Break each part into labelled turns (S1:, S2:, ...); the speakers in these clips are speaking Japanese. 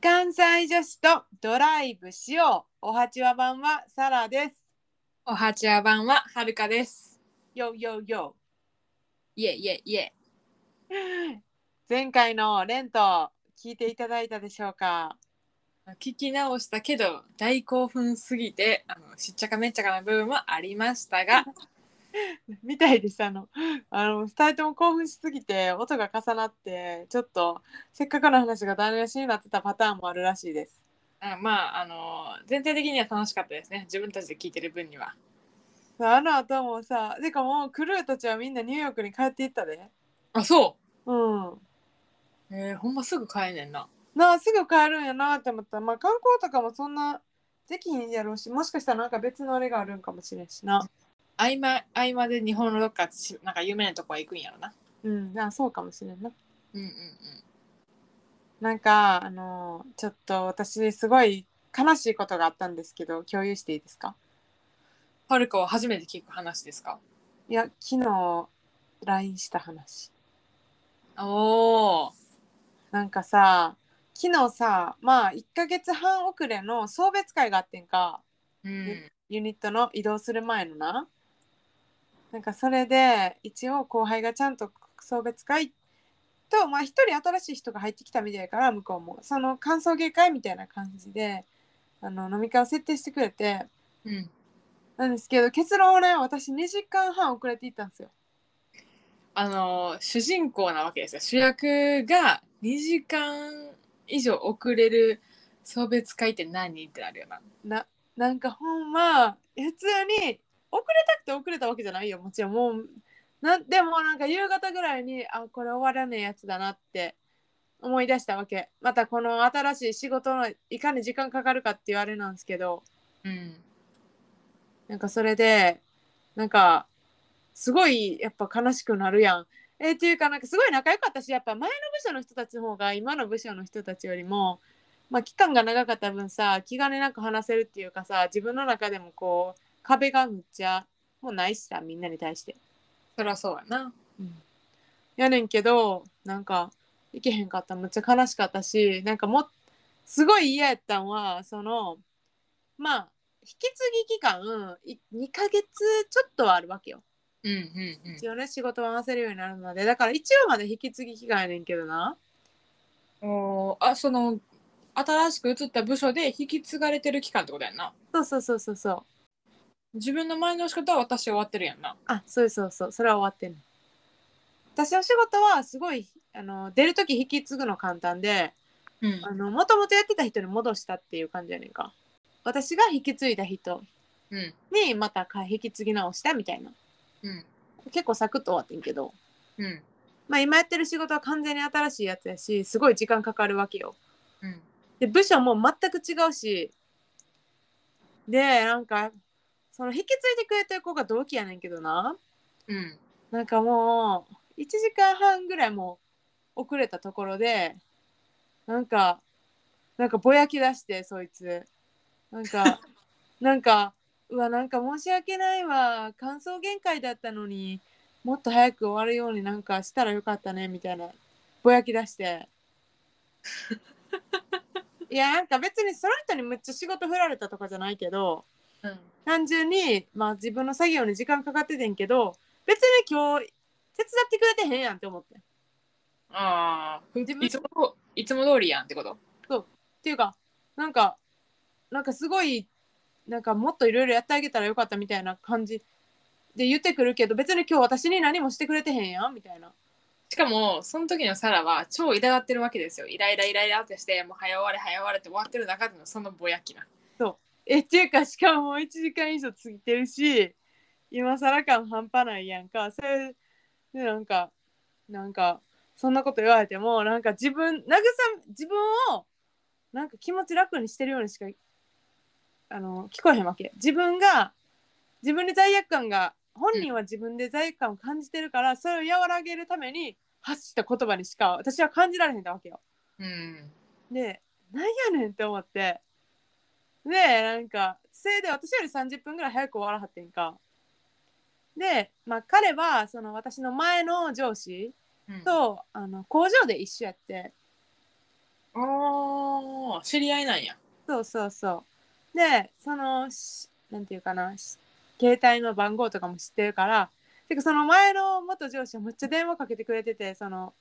S1: 関西女子とドライブしようおはちわ版はサラです
S2: おはちわ版ははるかです。
S1: よよよ
S2: いえいえいえ。
S1: 前回のレント聞いていただいたでしょうか
S2: 聞き直したけど大興奮すぎてあのしっちゃかめっちゃかな部分もありましたが
S1: みたいですあのあの2人とも興奮しすぎて音が重なってちょっとせっかくの話が台無しになってたパターンもあるらしいです
S2: あまああの全体的には楽しかったですね自分たちで聞いてる分には
S1: さあの後もさてかもうクルーたちはみんなニューヨークに帰っていったで
S2: あそ
S1: うん
S2: うえー、ほんますぐ帰んねんな
S1: なあすぐ帰るんやなって思ったまあ観光とかもそんなできひんやろうしもしかしたらなんか別のあれがあるんかもしれんしな
S2: 合間合間で日本のどっかしなんか有名なとこは行くんやろな
S1: うんなあそうかもしれんな
S2: うんうん
S1: なんかあのーちょっと私すごい悲しいことがあったんですけど共有していいですか
S2: はるかは初めて聞く話ですか
S1: いや昨日 LINE した話
S2: おお
S1: なんかさ昨日さまあ1ヶ月半遅れの送別会があってんか
S2: うん
S1: ユニットの移動する前のななんかそれで一応後輩がちゃんと送別会とまあ一人新しい人が入ってきたみたいやから向こうもその歓送迎会みたいな感じであの飲み会を設定してくれて
S2: うん
S1: なんですけど結論をね私2時間半遅れていったんですよ
S2: あの主人公なわけですよ主役が2時間以上遅れる送別会って何ってなるよな
S1: ななんかほんま普通に遅れたくて遅れたわけじゃないよもちろんもうなんでもなんか夕方ぐらいにあこれ終わらねえやつだなって思い出したわけまたこの新しい仕事のいかに時間かかるかっていうあれなんですけど
S2: うん
S1: なんかそれでなんかすごいやっぱ悲しくなるやん。えーっていうかなんかすごい仲良かったしやっぱ前の部署の人たちの方が今の部署の人たちよりも、まあ、期間が長かった分さ気兼ねなく話せるっていうかさ自分の中でもこう壁がむっちゃもうないしさみんなに対して。
S2: そりゃそうやな
S1: やねんけどなんか行けへんかったむっちゃ悲しかったしなんかもっすごい嫌やったんはそのまあ引き継ぎ期間い2ヶ月ちょっとはあるわけよ
S2: うんうんうん
S1: 一応ね仕事を合わせるようになるのでだから一応まで引き継ぎ期間やねんけどな
S2: おーあその新しく移った部署で引き継がれてる期間ってことやんな
S1: そうそうそうそうそう
S2: 自分の前の仕事は私終わってるやんな
S1: あそうそうそうそれは終わってんの私の仕事はすごいあの出る時引き継ぐの簡単で
S2: うん
S1: あの元々やってた人に戻したっていう感じやねんか私が引き継いだ人
S2: うん
S1: にまた引き継ぎ直したみたいな
S2: うん
S1: 結構サクッと終わってんけど、
S2: うん
S1: まあ、今やってる仕事は完全に新しいやつやしすごい時間かかるわけよ
S2: うん
S1: で部署も全く違うしでなんかその引き継いでくれてる子が同期やねんけどな
S2: うん
S1: なんかもう1時間半ぐらいもう遅れたところでなんかなんかぼやき出してそいつなんか なんかうわなんか申し訳ないわ感想限界だったのにもっと早く終わるようになんかしたらよかったねみたいなぼやき出していやなんか別にその人にむっちゃ仕事振られたとかじゃないけど
S2: うん
S1: 単純に、まあ、自分の作業に時間かかっててんけど別に今日手伝ってくれてへんやんって思ってっ
S2: ああ
S1: 自分
S2: いつもいつも通りやんってこと
S1: ていうかなんかなんかすごいなんかもっといろいろやってあげたらよかったみたいな感じで言ってくるけど別に今日私に何もしてくれてへんやんみたいな
S2: しかもその時のサラは超苛立ってるわけですよイライライライラってしてもう早終われ早終われって終わってる中でのそのぼやきな
S1: えっていうかしかも1時間以上過ぎてるし今更感半端ないやんかそれでなんかなんかそんなこと言われてもなんか自分慰め自分をなんか気持ち楽にしてるようにしかあの聞こえへんわけ自分が自分で罪悪感が本人は自分で罪悪感を感じてるから、それを和らげるために発した言葉にしか私は感じられへんだわけよ
S2: うん
S1: でなんやねんって思ってでなんかそれで私より30分ぐらい早く終わらはってんかで、まあ、彼はその私の前の上司
S2: うん
S1: と、あの工場で一緒やって
S2: あーも知り合いなんや。
S1: そうそうそう。で、その、しなんていうかな、し携帯の番号とかも知ってるから、てかその前の元上司はむっちゃ電話かけてくれてて、その、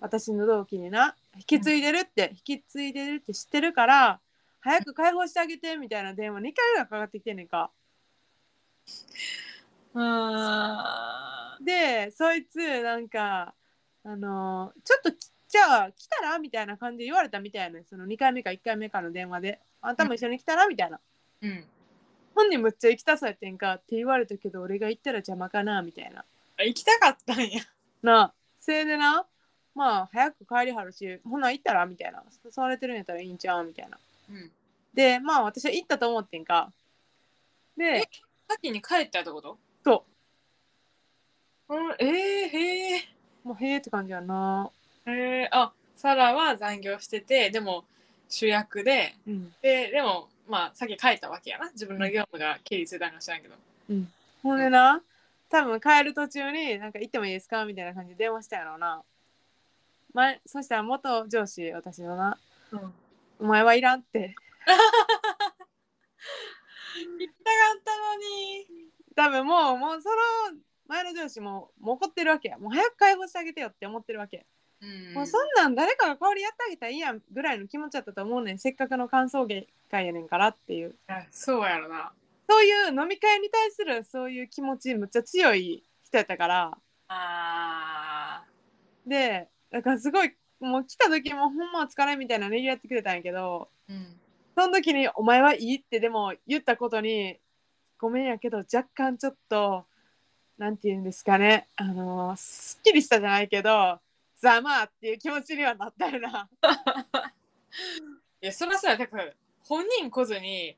S1: 私の同期にな、引き継いでるって、引き継いでるって知ってるから、早く解放してあげてみたいな電話2回ぐらいかかってきてんねんか。
S2: あ
S1: で、そいつ、なんか、あのーちょっときじゃあ来たらみたいな感じで言われたみたいなのその2回目か1回目かの電話で、あんたも一緒に来たらみたいな。
S2: うん。
S1: 本人むっちゃ行きたさやってんかって言われたけど俺が行ったら邪魔かなみたいな
S2: あ行きたかったんや。
S1: なあそれでなまあ早く帰りはるしほな行ったらみたいな誘われてるんやったらいいんちゃうみたいな
S2: うん。
S1: でまあ私は行ったと思ってんかで
S2: 先に帰ったってこと
S1: そ
S2: うん、えー、へえ。
S1: うもうへえって感じやな
S2: へえ。あ、サラは残業してて、でも主役で、
S1: うん
S2: で、でも、まあ、さっき帰ったわけやな。自分の業務が経理してたんか知らんけど。
S1: ほんでな多分帰る途中になんか行ってもいいですかみたいな感じで電話したやろうな前そしたら元上司私のな
S2: うん。行
S1: お前はいらんって
S2: きたかったのに。
S1: 多分もうもうその前の上司ももう怒ってるわけやもう早く解放してあげてよって思ってるわけ、
S2: うん
S1: もうそんなん誰かが代わりやってあげたらいいやんぐらいの気持ちだったと思うねんせっかくの感想会やねんからっていう
S2: あそうやろな。
S1: そういう飲み会に対するそういう気持ちむっちゃ強い人やったから
S2: あ
S1: でだからすごいもう来た時もほんまお疲れみたいなねぎやってくれたんやけど
S2: ー。うん。
S1: その時に「お前はいい」ってでも言ったことに「ごめんやけど若干ちょっとなんて言うんですかねあのーすっきりしたじゃないけどざまあっていう気持ちにはなったよな。
S2: いや、そらさ、だから、本人来ずに、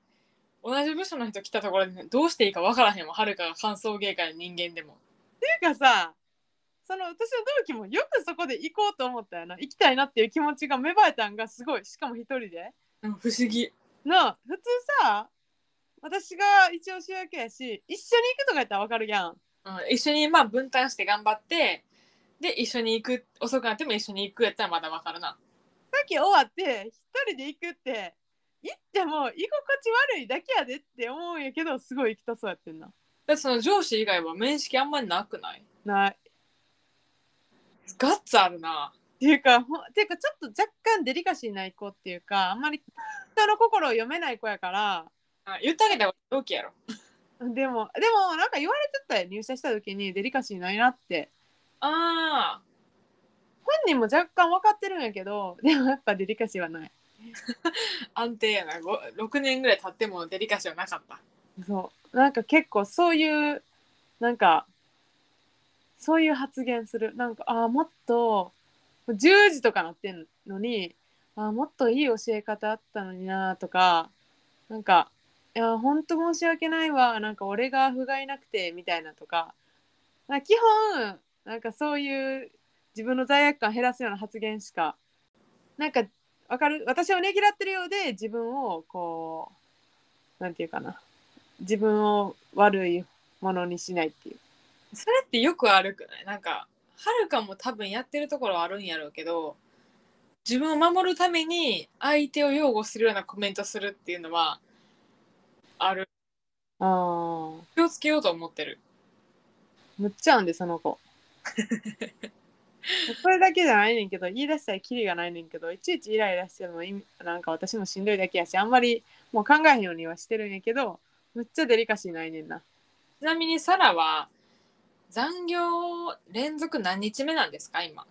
S2: 同じ部署の人来たところでどうしていいか分からへんもん、はるかが感想芸会の人間でも。
S1: ていうかさその私の同期もよくそこで行こうと思ったよな行きたいなっていう気持ちが芽生えたんがすごいしかも一人で。
S2: うん、不思議。
S1: なあ普通さ私が一応主役やし一緒に行くとかやったらわかるやん。
S2: うん、一緒にまあ分担して頑張って、で、一緒に行く、遅くなっても一緒に行くやったらまだ分かるな。
S1: さっき終わって一人で行くって行っても居心地悪いだけやでって思うんやけどすごい行きたそうやってんな。
S2: だってその上司以外は面識あんまりなくない
S1: ない。
S2: ガッツあるな。
S1: っていうかほんっていうかちょっと若干デリカシーない子っていうかあんまり人の心を読めない子やから
S2: あ言ってあげたら同期やろ。
S1: でもでもなんか言われてたよ入社した時にデリカシーないなって
S2: ああ。
S1: 本人も若干分かってるんやけどでもやっぱデリカシーはない。
S2: 安定やな。ご6年ぐらい経ってもデリカシーはなかった。
S1: そうなんか結構そういうなんかそういう発言するなんかあーもっと10時とかなってんのにあーもっといい教え方あったのになとかなんかいやーほんと申し訳ないわなんか俺が不甲斐なくてみたいなとかなんか基本なんかそういう自分の罪悪感減らすような発言しかなんかわかる私をねぎらってるようで自分をこうなんていうかな自分を悪いものにしないっていう
S2: それってよくあるくないなんか、はるかも多分やってるところはあるんやろうけど、自分を守るために相手を擁護するようなコメントするっていうのは、ある。
S1: ああ
S2: 気をつけようと思ってる。
S1: むっちゃうんでその子それだけじゃないねんけど言い出したらキリがないねんけどいちいちイライラしても意味なんか私もしんどいだけやしあんまりもう考えへんようにはしてるんやけどむっちゃデリカシーないねんな
S2: ちなみにサラは、残業連続何日目なんですか今。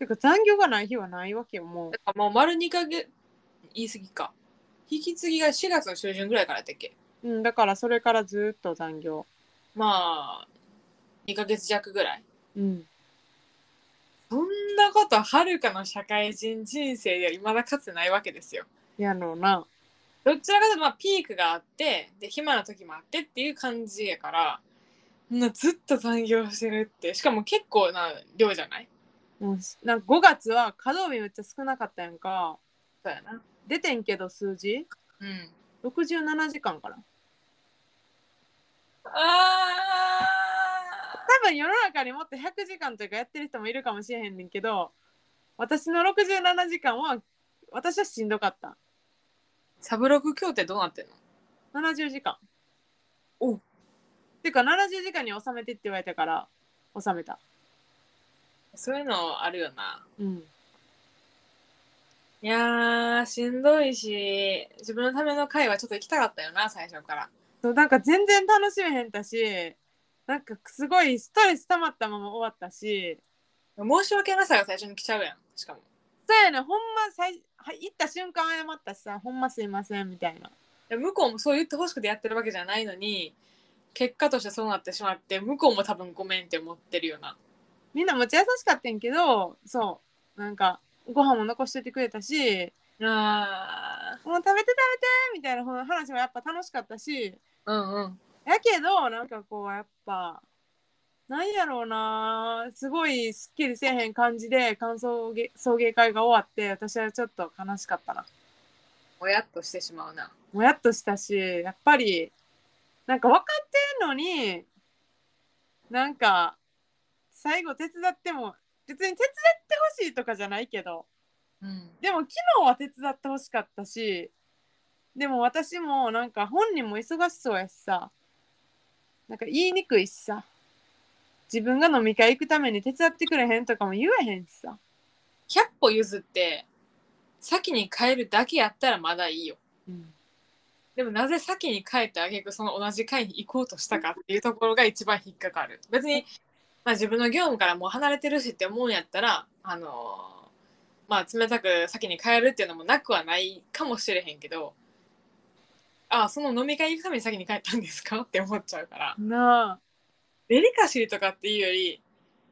S1: てか残業がない日はないわけよもう
S2: だからもう丸2ヶ月、言い過ぎか。引き継ぎが4月の中旬ぐらいからやったっけ
S1: うん、だからそれからずーっと残業。
S2: まあ、2ヶ月弱ぐらい。
S1: うん。
S2: そんなこと、はるかの社会人人生では未だかつてないわけですよ。
S1: やろうな。
S2: どちらかというと、まあ、ピークがあって、で、暇な時もあってっていう感じやから、そんなずっと残業してるって、しかも結構な量じゃない
S1: もうしなんか5月は稼働日めっちゃ少なかったやんか。
S2: そうやな。
S1: 出てんけど数字
S2: うん。
S1: 67時間かな。
S2: あ
S1: 多分世の中にもっと100時間とかやってる人もいるかもしれへんねんけど私の67時間は私はしんどかった
S2: サブロク協定どうなってんの
S1: 70時間
S2: お
S1: てか70時間に収めてって言われたから収めた
S2: そういうのあるよな。
S1: うん
S2: いやー、しんどいし、自分のための会はちょっと行きたかったよな、最初から。
S1: そうなんか全然楽しめへんたしなんかすごいストレス溜まったまま終わったし
S2: 申し訳なさが最初に来ちゃうやん、しかも。
S1: そうやねほんまさいはい行った瞬間謝ったしさほんますいませんみたいな
S2: で向こうもそう言ってほしくてやってるわけじゃないのに、結果としてそうなってしまって、向こうも多分ごめんって思ってるよな。
S1: みんなめっちゃ優しかったんやけどそうなんかご飯も残しててくれたし
S2: あ
S1: もう食べて食べてみたいな話もやっぱ楽しかったし
S2: ー、うんうん。
S1: やけどなんかこうやっぱなんやろうなすごいすっきりせえへん感じで感想げ送迎会が終わって私はちょっと悲しかったな
S2: もやっとしてしまうな。
S1: もやっとしたしやっぱりなんか分かってんのになんか最後手伝っても別に手伝ってほしいとかじゃないけど
S2: うん。
S1: でも昨日は手伝ってほしかったしでも私もなんか本人も忙しそうやしさなんか言いにくいしさ自分が飲み会行くために手伝ってくれへんとかも言えへんしさ
S2: 100歩譲って、先に帰るだけやったらまだいいよ。でもなぜ先に帰ってあげくその同じ会に行こうとしたかっていうところが一番引っかかる別に、まあ、自分の業務からもう離れてるしって思うんやったらあのーまあ冷たく先に帰るっていうのもなくはないかもしれへんけどああその飲み会行くために先に帰ったんですかって思っちゃうから
S1: なあ
S2: デリカシーとかっていうより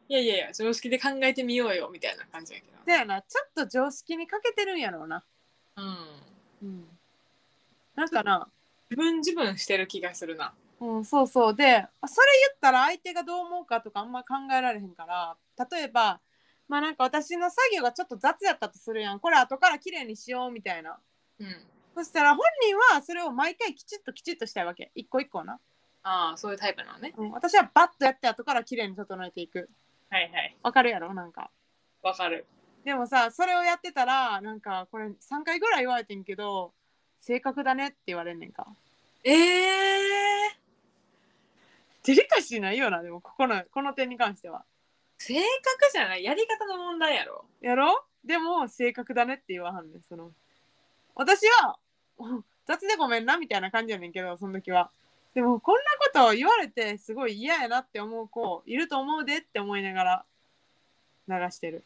S2: いやいやいや常識で考えてみようよみたいな感じやけ
S1: だよなちょっと常識に欠けてるんやろうな
S2: ど、うん、
S1: うんなんかな
S2: 自分自分してる気がするな
S1: うん、そうそうでそれ言ったら相手がどう思うかとかあんま考えられへんから例えばまあなんか私の作業がちょっと雑やったとするやんこれ後から綺麗にしようみたいな
S2: うん
S1: そしたら本人はそれを毎回きちっときちっとしたいわけ一個一個をな、
S2: ああそういうタイプなのね
S1: うん、私はバッとやって後から綺麗に整えていく
S2: はいはい
S1: わかるやろなんか
S2: わかる
S1: でもさそれをやってたらなんかこれ3回ぐらい言われてんけど正確だねって言われんねんか
S2: ええー、
S1: デリカシーないよなでもここのこの点に関しては
S2: 性格じゃないやり方の問題やろ
S1: やろでも性格だねって言わはんねんその私はお雑でごめんなみたいな感じやねんけどその時はでもこんなこと言われてすごい嫌やなって思う子いると思うでって思いながら流してる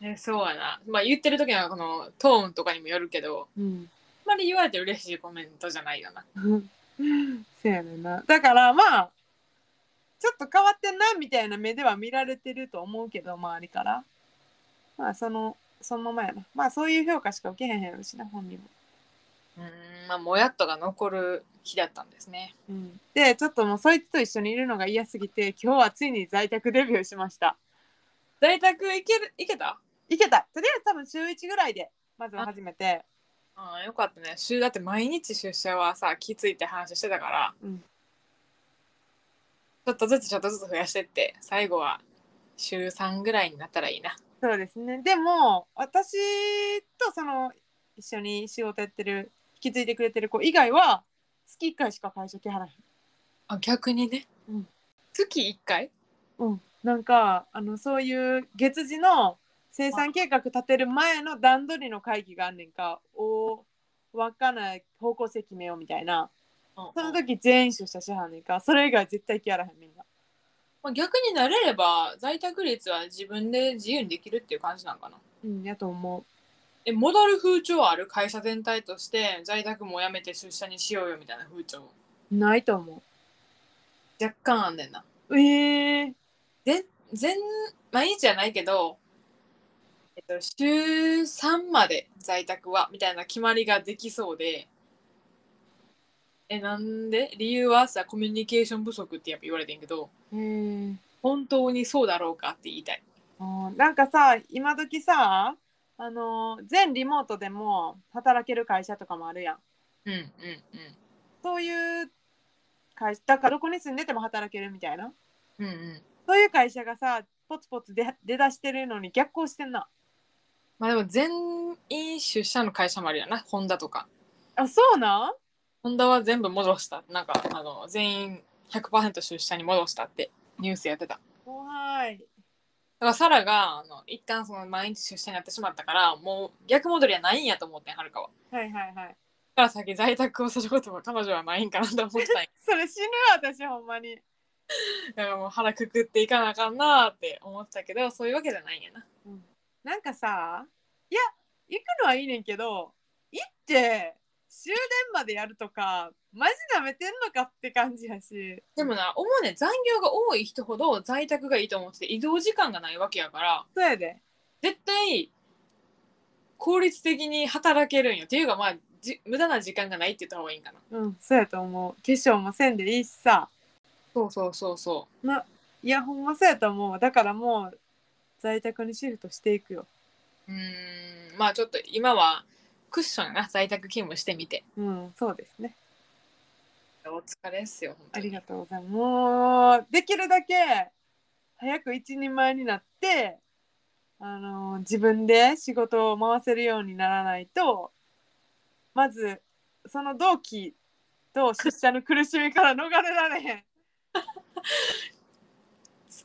S2: えそうやなまあ言ってる時のこのトーンとかにもよるけど
S1: うん
S2: あんまり言われて嬉しいコメントじゃないよな
S1: せやねんなだからまあちょっと変わってんなみたいな目では見られてると思うけど周りからまあそのそのままやなまあそういう評価しか受けへんやろしな本人も
S2: うーんまあもやっとが残る日だったんですね
S1: でちょっともうそいつと一緒にいるのが嫌すぎて今日はついに在宅デビューしました
S2: 在宅行ける行けた
S1: いけたとりあえず多分週1ぐらいでまずは始めて
S2: ああよかったね週だって毎日出社はさきついって話してたから、
S1: うん
S2: ちょっとずつちょっとずつ増やしてって最後は週3ぐらいになったらいいな
S1: そうですねでも私とその一緒に仕事やってる引き継いでくれてる子以外は月1回しか会社来はらへん
S2: あ逆にね、
S1: うん
S2: 月1回
S1: うん、なんかあのそういう月次の生産計画立てる前の段取りの会議があんねんかお分かんない方向性決めようみたいなその時全員出社しはんねんかそれ以外絶対来やらへんみんな
S2: まあ、逆になれれば在宅率は自分で自由にできるっていう感じなんかな
S1: うんやと思う
S2: え戻る風潮はある会社全体として在宅もやめて出社にしようよみたいな風潮
S1: ないと思
S2: 若干あんねんな
S1: うえー、
S2: 全全毎日じゃないけど、えっと、週3まで在宅はみたいな決まりができそうでえなんで理由はさコミュニケーション不足ってやっぱ言われてんけど
S1: えー、
S2: 本当にそうだろうかって言いたい
S1: あーなんかさ今時さあのー全リモートでも働ける会社とかもあるやん
S2: うんうんうん
S1: そういう会社だからどこに住んでても働けるみたいな
S2: うんうん
S1: そういう会社がさポツポツ出出だしてるのに逆行してんな
S2: まあでも全飲酒者の会社もあるやなホンダとか
S1: あそうなん
S2: ホンダは全部戻したなんかあの全員100%出社に戻したってニュースやってただ
S1: 怖い
S2: からサラがあの一旦その毎日出社になってしまったからもう逆戻りはないんやと思ってんはるかは
S1: はいはいはい
S2: だから先在宅をすることは彼女はないんかなと思ってたんや
S1: それ死ぬわ私ほんまに
S2: だからもう腹くくっていかなあかんなあって思ってたけどそういうわけじゃないんやな
S1: なんかさいや行くのはいいねんけど行って終電までやるとかマジなめてんのかって感じやし
S2: でもな思うね残業が多い人ほど在宅がいいと思ってて移動時間がないわけやから
S1: そうやで
S2: 絶対効率的に働けるんよっていうかまあじ無駄な時間がないって言った方がいいんかな
S1: うんそうやと思う化粧もせんでいいしさ
S2: そうそうそうそ
S1: いやほんまそうやと思うだからもう在宅にシフトしていくよ
S2: ううーんまあちょっと今はクッションやな在宅勤務してみて
S1: うんそうですね
S2: お疲れっすよ本当
S1: あ
S2: に
S1: りがとうございますもうできるだけ早く一人前になってあの自分で仕事を回せるようにならないとまずその同期と出社の苦しみから逃れられへん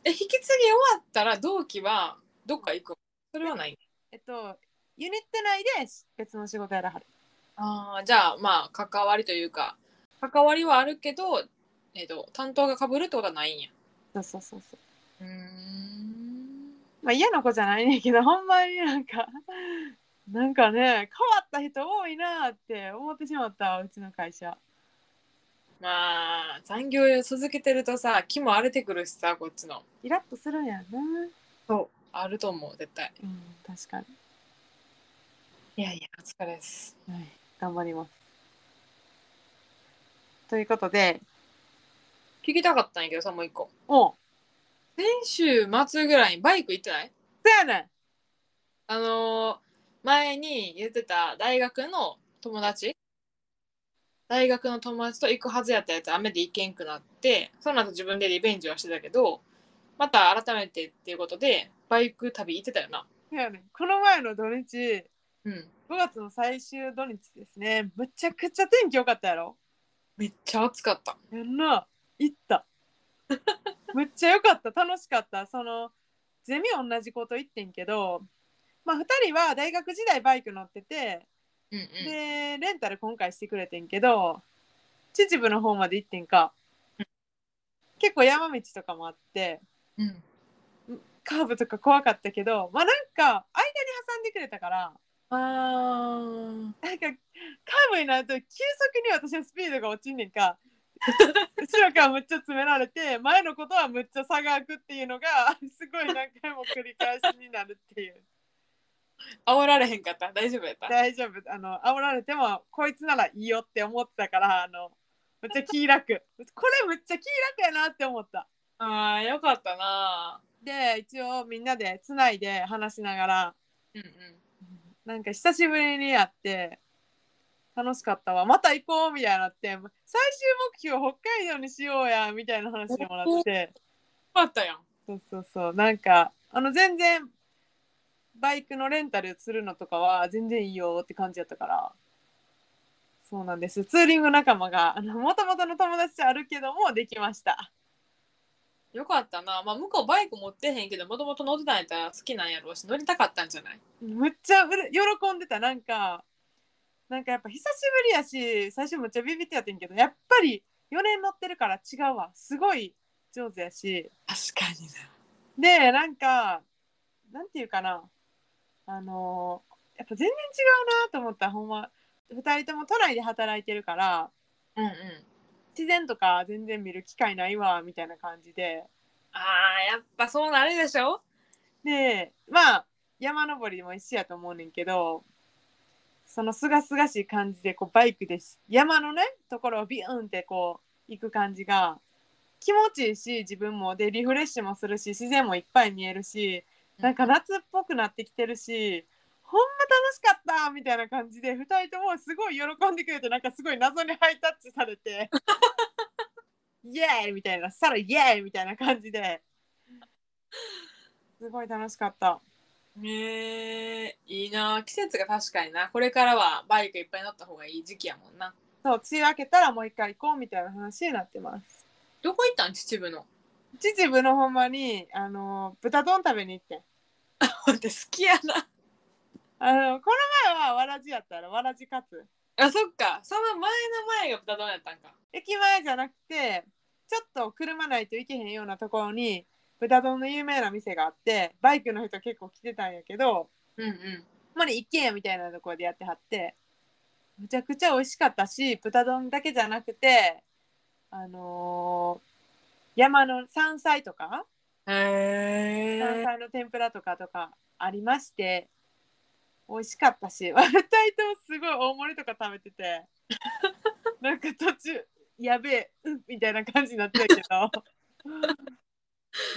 S2: え引き継ぎ終わったら同期はどっか行くそれはない
S1: えっとユニット内で別の仕事やらはる
S2: ああじゃあまあ関わりというか関わりはあるけど、えっと担当がかぶるってことはないんや
S1: そうそうそうそう
S2: うーん
S1: まあ嫌な子じゃないねんけどほんまになんかなんかね変わった人多いなって思ってしまったうちの会社
S2: まあ残業を続けてるとさ気も荒れてくるしさこっちの
S1: イラッとするんやろな
S2: そうあると思う絶対
S1: うん確かに
S2: いやいやお疲れです
S1: はい、頑張ります。ということで、
S2: 聞きたかったんやけどさもう一個
S1: おう、
S2: 先週末ぐらいにバイク行ってない
S1: そやねん。
S2: あのー前に言ってた大学の友達大学の友達と行くはずやったやつ雨で行けんくなってその後自分でリベンジはしてたけどまた改めてっていうことでバイク旅行ってたよな
S1: そやねん。この前の土日、
S2: うん
S1: 5月の最終土日ですね。むちゃくちゃ天気良かったやろ。
S2: めっちゃ暑かった
S1: やんな、行った。 むっちゃ良かった、楽しかった。その、ゼミ同じこと言ってんけど、まあ、2人は大学時代バイク乗ってて、
S2: うんうん
S1: でレンタル今回してくれてんけど秩父の方まで行ってんか結構山道とかもあって
S2: うん
S1: カーブとか怖かったけどまあなんか間に挟んでくれたから
S2: あー
S1: なんかカーブになると急速に私のスピードが落ちんねんか後ろからむっちゃ詰められて前のことはむっちゃ差が開くっていうのがすごい何回も繰り返しになるっていう
S2: 煽られへんかった大丈夫や った
S1: 大丈夫あの煽られてもこいつならいいよって思ってたからあのむっちゃ気楽これむっちゃ気楽やなって思った
S2: あーよかったな
S1: で一応みんなでつないで話しながら
S2: うんうん
S1: なんか久しぶりに会って楽しかったわまた行こうみたいになって最終目標北海道にしようやみたいな話でもらって
S2: よかったやん
S1: そうそうそうなんかあの全然バイクのレンタルするのとかは全然いいよって感じやったからそうなんですツーリング仲間がもともとの友達じゃあるけどもできました
S2: よかったなまあ向こうバイク持ってへんけどもともと乗ってたんやったら好きなんやろうし乗りたかったんじゃない
S1: むっちゃうれ喜んでたなんかなんかやっぱ久しぶりやし最初むっちゃビビってやってんけどやっぱり4年乗ってるから違うわすごい上手やし
S2: 確かにな
S1: でなんかなんていうかなあのーやっぱ全然違うなと思ったほんま2人とも都内で働いてるから
S2: うんうん。
S1: 自然とか全然見る機会ないわみたいな感じで
S2: ああ、やっぱそうなるでしょ
S1: でまあ山登りも一緒やと思うねんけどそのすがすがしい感じでこうバイクでし山のねところをビューンってこう行く感じが気持ちいいし自分もでリフレッシュもするし自然もいっぱい見えるしなんか夏っぽくなってきてるしほんま楽しかったみたいな感じで2人ともすごい喜んでくれてなんかすごい謎にハイタッチされてイエーイみたいなさらイエーイみたいな感じですごい楽しかった。
S2: ねえいいな季節が確かになこれからはバイクいっぱい乗った方がいい時期やもんな
S1: そう梅雨明けたらもう一回行こうみたいな話になってます
S2: どこ行ったん秩 父の
S1: 秩父のほんまにあの豚丼食べに行ってん
S2: 待って好きやな
S1: あのこの前はわらじやったらわらじカツ
S2: あそっかその前の前が豚丼やったんか
S1: 駅前じゃなくてちょっと車ないといけへんようなところに豚丼の有名な店があってバイクの人結構来てたんやけど
S2: うんうん
S1: ほんまに一軒家みたいなところでやってはってむちゃくちゃ美味しかったし豚丼だけじゃなくてあのー山の山菜とか
S2: へ
S1: 山
S2: え
S1: 菜の天ぷらとかとかありまして美味しかったし 割れたいとすごい大盛りとか食べてて なんか途中やべえうんみたいな感じになってるけど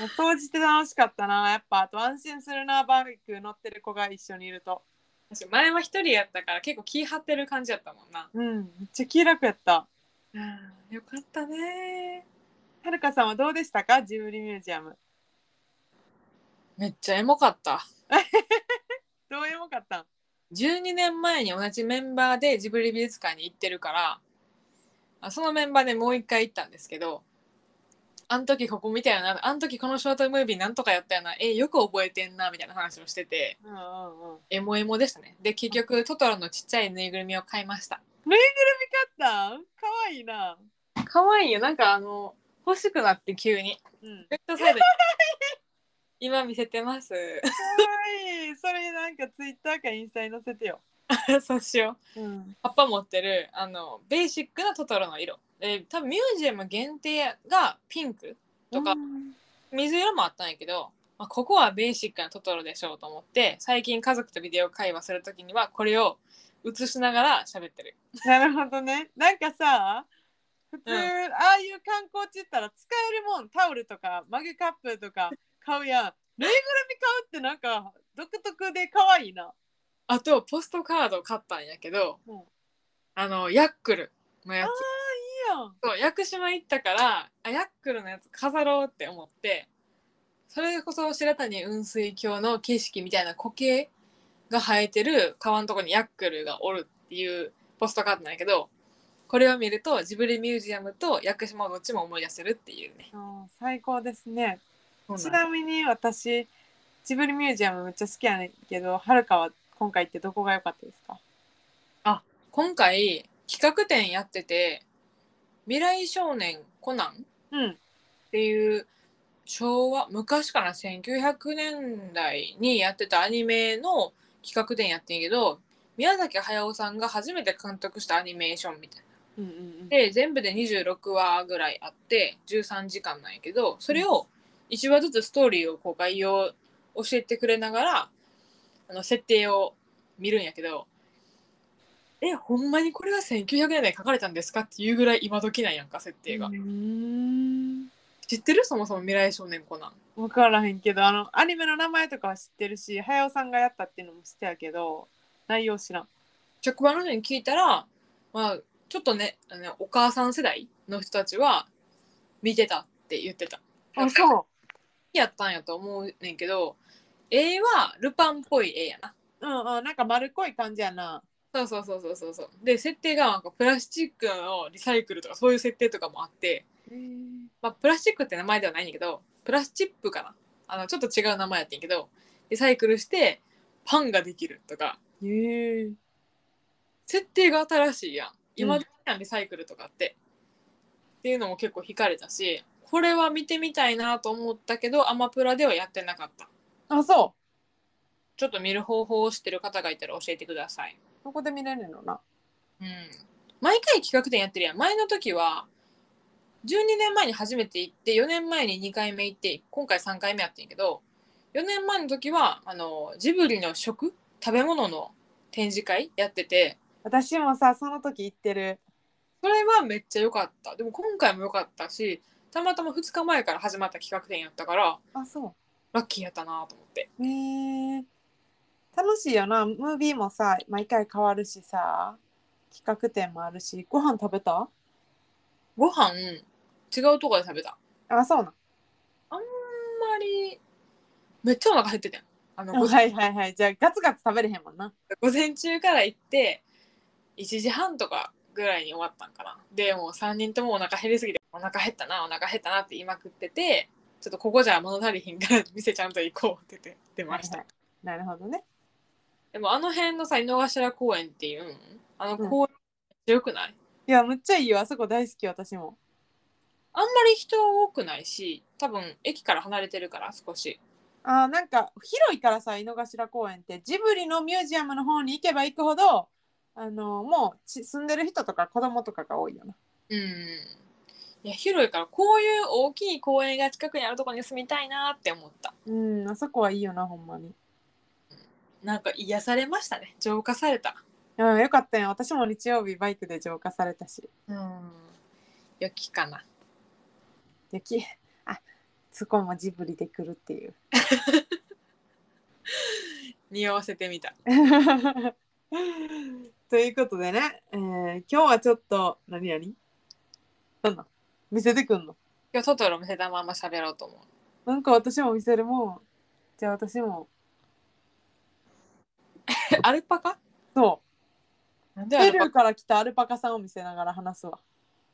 S1: もう総じて楽しかったなやっぱあと安心するなバイク乗ってる子が一緒にいると
S2: 私前は一人やったから結構気張ってる感じやったもんな
S1: うんめっちゃ気楽やった
S2: よかったね
S1: はるかさんはどうでしたかジブリミュージアム
S2: めっちゃエモかった
S1: どういうもんかったん
S2: 12年前に同じメンバーでジブリ美術館に行ってるからあそのメンバーでもう一回行ったんですけどあの時ここ見たよなあの時このショートムービーなんとかやったよなえよく覚えてんなみたいな話をしてて
S1: うんうんうん
S2: エモエモでしたねで結局トトロのちっちゃいぬいぐるみを買いました
S1: かったんかわいいな
S2: 可愛いよなんかあの欲しくなって急に
S1: うん
S2: ベッドサイドに今見せてます
S1: はい、それなんかツイッターかインスタに載せてよ。
S2: そうしよう
S1: うん。
S2: パパ持ってるあのベーシックなトトロの色、えー多分ミュージアム限定がピンクとか水色もあったんやけど、まあ、ここはベーシックなトトロでしょうと思って最近家族とビデオ会話する時にはこれを映しながら喋ってる
S1: なるほどね。なんかさ、普通、
S2: うん
S1: ああいう観光地行ったら使えるもん、タオルとかマグカップとか買うやん。ぬいぐるみ買うってなんか独特で可愛いな。
S2: あとポストカードを買ったんやけど、
S1: うん
S2: あのヤックルのやつ
S1: いいやん。
S2: そう屋久島行ったからあヤックルのやつ飾ろうって思ってそれこそ白谷雲水峡の景色みたいな苔が生えてる川のとこにヤックルがおるっていうポストカードなんやけどこれを見るとジブリミュージアムと屋久島をどっちも思い出せるっていうね。
S1: あー最高ですね。ち
S2: そうなん
S1: なみに私、ジブリミュージアムめっちゃ好きやねんけど、はるかは今回行ってどこが良かったですか
S2: 今回企画展やってて「未来少年コナン」
S1: うん。
S2: っていう昭和昔から1900年代にやってたアニメの企画展やってんけど宮崎駿さんが初めて監督したアニメーションみたいな。
S1: うんうんうん。
S2: で全部で26話ぐらいあって13時間なんやけどそれを1話ずつストーリーをこう概要を教えてくれながらあの設定を見るんやけどえほんまにこれが1900年代に書かれたんですかっていうぐらい今時なんやんか設定が。
S1: うーん。
S2: 知ってるそもそも未来少年コナン。
S1: 分からへんけどあのアニメの名前とかは知ってるし早尾さんがやったっていうのも知ってたけど内容知らん
S2: 職場の人に聞いたら、まあ、ちょっとねあのお母さん世代の人たちは見てたって言ってた好
S1: そ
S2: きやったんやと思うねんけど絵はルパンっぽい絵やな
S1: ううんうんなんか丸っこい感じやな
S2: そうそうそうそうそうそうで設定がなんかプラスチックのリサイクルとかそういう設定とかもあって、まあ、プラスチックって名前ではないんだけどプラスチップかなあのちょっと違う名前やってんけどリサイクルしてパンができるとか
S1: へえ
S2: 設定が新しいやん今でやんリサイクルとかって、っていうのも結構惹かれたしこれは見てみたいなと思ったけどアマプラではやってなかった
S1: あそ
S2: ちょっと見る方法を知ってる方がいたら教えてくださいう
S1: そこで見れるのな
S2: うん毎回企画展やってるやん前の時は12年前に初めて行って4年前に2回目行って今回3回目やってんけど4年前の時はあのジブリの食食べ物の展示会やってて
S1: 私もさその時行ってる
S2: それはめっちゃ良かったでも今回も良かったしたまたま2日前から始まった企画展やったから
S1: あそ
S2: ラッキーやったなと思って
S1: うへえ楽しいよなムービーもさ毎回変わるしさ企画展もあるしご飯食べた
S2: ご飯違うとこで食べた
S1: あそうなん
S2: あんまりめっちゃお腹減ってたやんあ の
S1: は
S2: 午前
S1: いはいはいじゃあガツガツ食べれへんもんな
S2: 午前中から行って1時半とかぐらいに終わったんかなでもう3人ともお腹減りすぎてお腹減ったなお腹減ったなって言いまくっててちょっとここじゃ物足りひんから店ちゃんと行こうって言って出ました、
S1: はいなるほどね
S2: でもあの辺のさ井の頭公園っていうんあの公園強くない、
S1: いやむっちゃいいよあそこ大好き私も
S2: あんまり人多くないし多分駅から離れてるから少し
S1: あーなんか広いからさ井の頭公園ってジブリのミュージアムの方に行けば行くほどあのもうち住んでる人とか子供とかが多いよな
S2: うんいや広いからこういう大きい公園が近くにあるとこに住みたいなって思った
S1: うんあそこはいいよなほんまに
S2: なんか癒されましたね浄化された
S1: うんよかったよ私も日曜日バイクで浄化されたし
S2: うん良きかな
S1: 雪あそこもジブリで来るっていう
S2: 匂わせてみた
S1: ということでね、えー今日はちょっと何やになんなん見せてくんの
S2: 今日トトロ見せたまま喋ろうと思う
S1: なんか私も見せるもんじゃあ私も
S2: えアルパカ
S1: そう
S2: なんでア
S1: ペ
S2: ル
S1: ル
S2: パ
S1: ー
S2: カ
S1: から来たアルパカさんを見せながら話すわ。